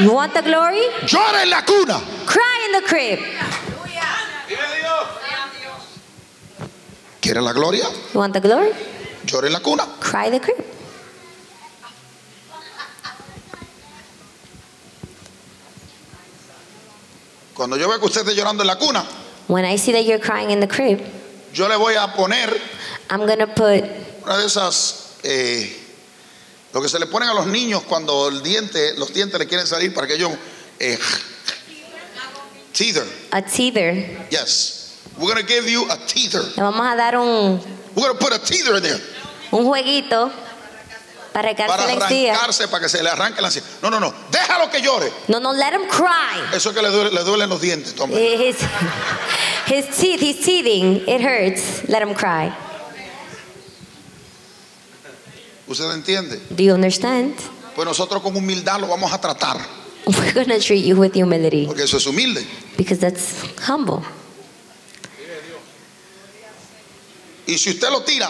S2: You want the glory?
S1: Llora en la cuna.
S2: Cry in the crib.
S1: ¿Quiere la gloria?
S2: You want the glory?
S1: Llora en la cuna.
S2: Cry the crib.
S1: Cuando yo veo que usted esté llorando en la cuna,
S2: When I see that you're crying in the crib,
S1: yo le voy a poner
S2: I'm gonna put
S1: una de esas, eh, lo que se le ponen a los niños cuando el diente, los dientes le quieren salir para que ellos... Eh, teether.
S2: a teether.
S1: Yes. We're going to give you a teether.
S2: Le vamos a dar un,
S1: We're going to put a teether in there.
S2: un jueguito para
S1: Para
S2: arrancarse la encía.
S1: arrancarse, para que se le arranque la encía. No, no, no. Déjalo que llore.
S2: No, no, let him cry.
S1: Eso es que le, duele- le duelen los dientes. Toma.
S2: His, his teeth, he's teething. It hurts. Let him cry.
S1: ¿Usted entiende?
S2: Do you understand?
S1: Pues nosotros con humildad lo vamos a tratar,
S2: We're going to treat you with humility
S1: porque eso es humilde.
S2: because that's humble.
S1: Y si usted lo tira,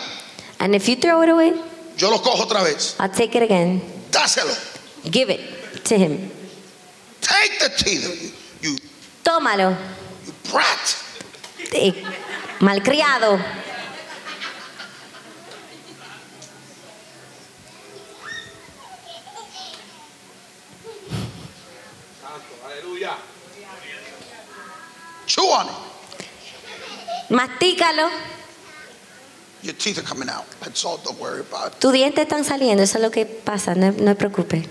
S2: And if you throw it away,
S1: yo lo cojo otra vez.
S2: I'll take it again.
S1: Dáselo.
S2: Give it to him.
S1: Take the teeth. You,
S2: Tómalo.
S1: you brat.
S2: Eh, Malcriado.
S1: Chew on it.
S2: Mastícalo.
S1: Your teeth are coming out. That's all. Don't worry about it.
S2: Tus dientes están saliendo. Eso es lo que pasa. No, no te preocupes.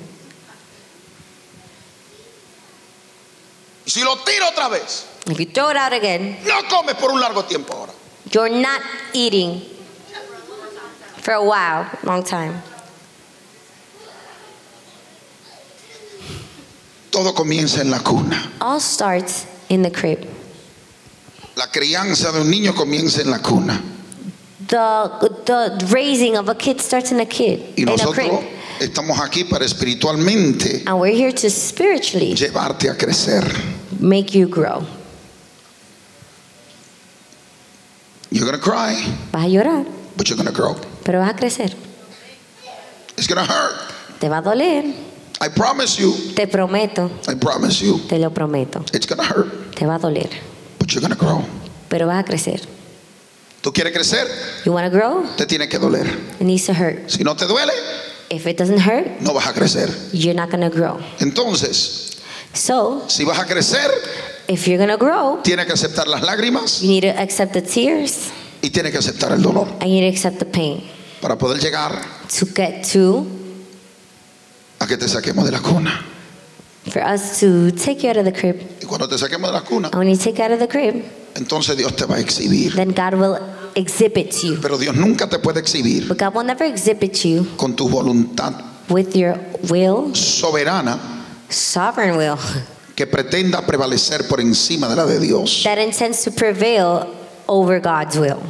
S1: Y si lo tiro otra vez,
S2: If you throw it out again,
S1: no comes por un largo tiempo ahora.
S2: you're not eating for a while, long time.
S1: Todo comienza en la cuna.
S2: All starts in the crib.
S1: La crianza de un niño comienza en la cuna.
S2: The, the raising of a kid starts in a kid,
S1: Y
S2: in a
S1: nosotros
S2: crib.
S1: estamos aquí para espiritualmente
S2: And we're here to spiritually
S1: llevarte a crecer.
S2: make you grow.
S1: You're gonna cry,
S2: Vas a llorar,
S1: but you're gonna grow.
S2: pero vas a crecer.
S1: It's gonna hurt.
S2: Te va a doler.
S1: I promise you.
S2: Te prometo,
S1: I promise you.
S2: te lo prometo.
S1: It's gonna hurt,
S2: Te va a doler,
S1: but you're gonna grow.
S2: pero vas a crecer.
S1: Tú quieres crecer,
S2: You want to grow?
S1: te tiene que doler.
S2: It needs to hurt.
S1: Si no te duele,
S2: If it doesn't hurt,
S1: no vas a crecer.
S2: you're not going to grow.
S1: Entonces,
S2: So,
S1: si vas a crecer,
S2: if you're going to grow,
S1: tienes que aceptar las lágrimas
S2: you need to accept the tears
S1: y tienes que aceptar el dolor
S2: and you need to accept the pain
S1: para poder llegar
S2: to get to,
S1: a que te saquemos de la cuna.
S2: for us to take you out of the crib.
S1: Y cuando te saquemos de la cuna,
S2: And when you take you out of the crib,
S1: entonces Dios te va a exhibir.
S2: then God will exhibit you.
S1: Pero Dios nunca te puede exhibir
S2: But God will never exhibit you
S1: con tu voluntad
S2: with your will,
S1: soberana
S2: sovereign will,
S1: que pretenda prevalecer por encima de la de Dios.
S2: that intends to prevail over God's will.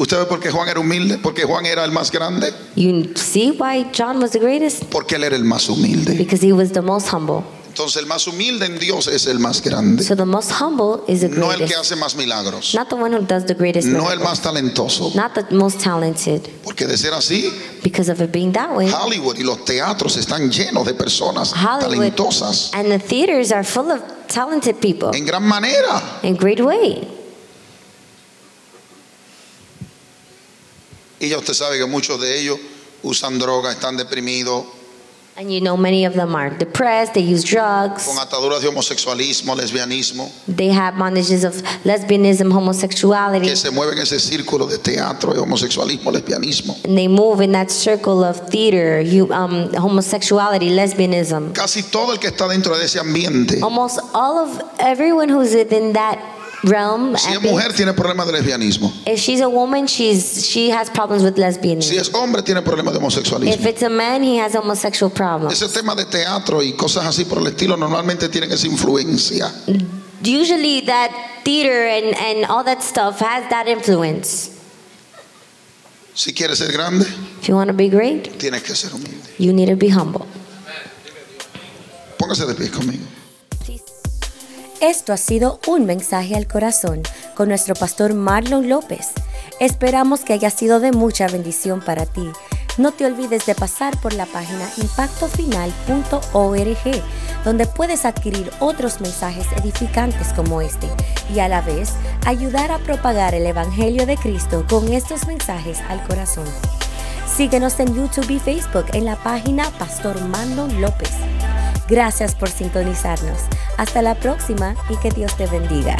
S1: ¿Usted ve por qué Juan era humilde? Porque Juan era el más grande,
S2: You see why John was the greatest?
S1: porque él era el más humilde.
S2: Because he was the most humble.
S1: Entonces el más humilde en Dios es el más grande.
S2: So the most humble is the
S1: No el que
S2: greatest.
S1: hace más milagros.
S2: Not the one who does the greatest
S1: No el
S2: miracle.
S1: más talentoso.
S2: Not the most talented.
S1: Porque de ser así,
S2: Because of it being that way,
S1: Hollywood y los teatros están llenos de personas
S2: Hollywood
S1: talentosas.
S2: and the theaters are full of talented people
S1: En gran manera.
S2: in great way.
S1: Y ya usted sabe que muchos de ellos usan droga, están deprimidos,
S2: And you know many of them are depressed, they use drugs,
S1: con ataduras de homosexualismo, lesbianismo,
S2: they have bondages of lesbianism, homosexuality,
S1: que se mueven en ese círculo de teatro, de homosexualismo, lesbianismo.
S2: and they move in that circle of theater, you, um, homosexuality, lesbianism.
S1: Casi todo el que está dentro de ese ambiente,
S2: Almost all of everyone who's within that realm,
S1: si es
S2: and they-
S1: mujer tiene problemas de lesbianismo,
S2: if she's a woman, she's she has problems with
S1: si
S2: lesbianism.
S1: es hombre tiene problemas de
S2: If
S1: homosexualismo.
S2: it's a man, he has homosexual problems.
S1: Ese tema de teatro y cosas así por el estilo normalmente tienen esa influencia.
S2: Usually, that theater and, and all that stuff has that influence.
S1: Si quieres ser grande,
S2: If you want to be great,
S1: tienes que ser humilde.
S2: you need to be humble.
S1: Póngase de pie conmigo.
S3: Esto ha sido un mensaje al corazón con nuestro pastor Marlon López. Esperamos que haya sido de mucha bendición para ti. No te olvides de pasar por la página impactofinal.org, donde puedes adquirir otros mensajes edificantes como este y a la vez ayudar a propagar el Evangelio de Cristo con estos mensajes al corazón. Síguenos en YouTube y Facebook en la página Pastor Marlon López. Gracias por sintonizarnos. Hasta la próxima y que Dios te bendiga.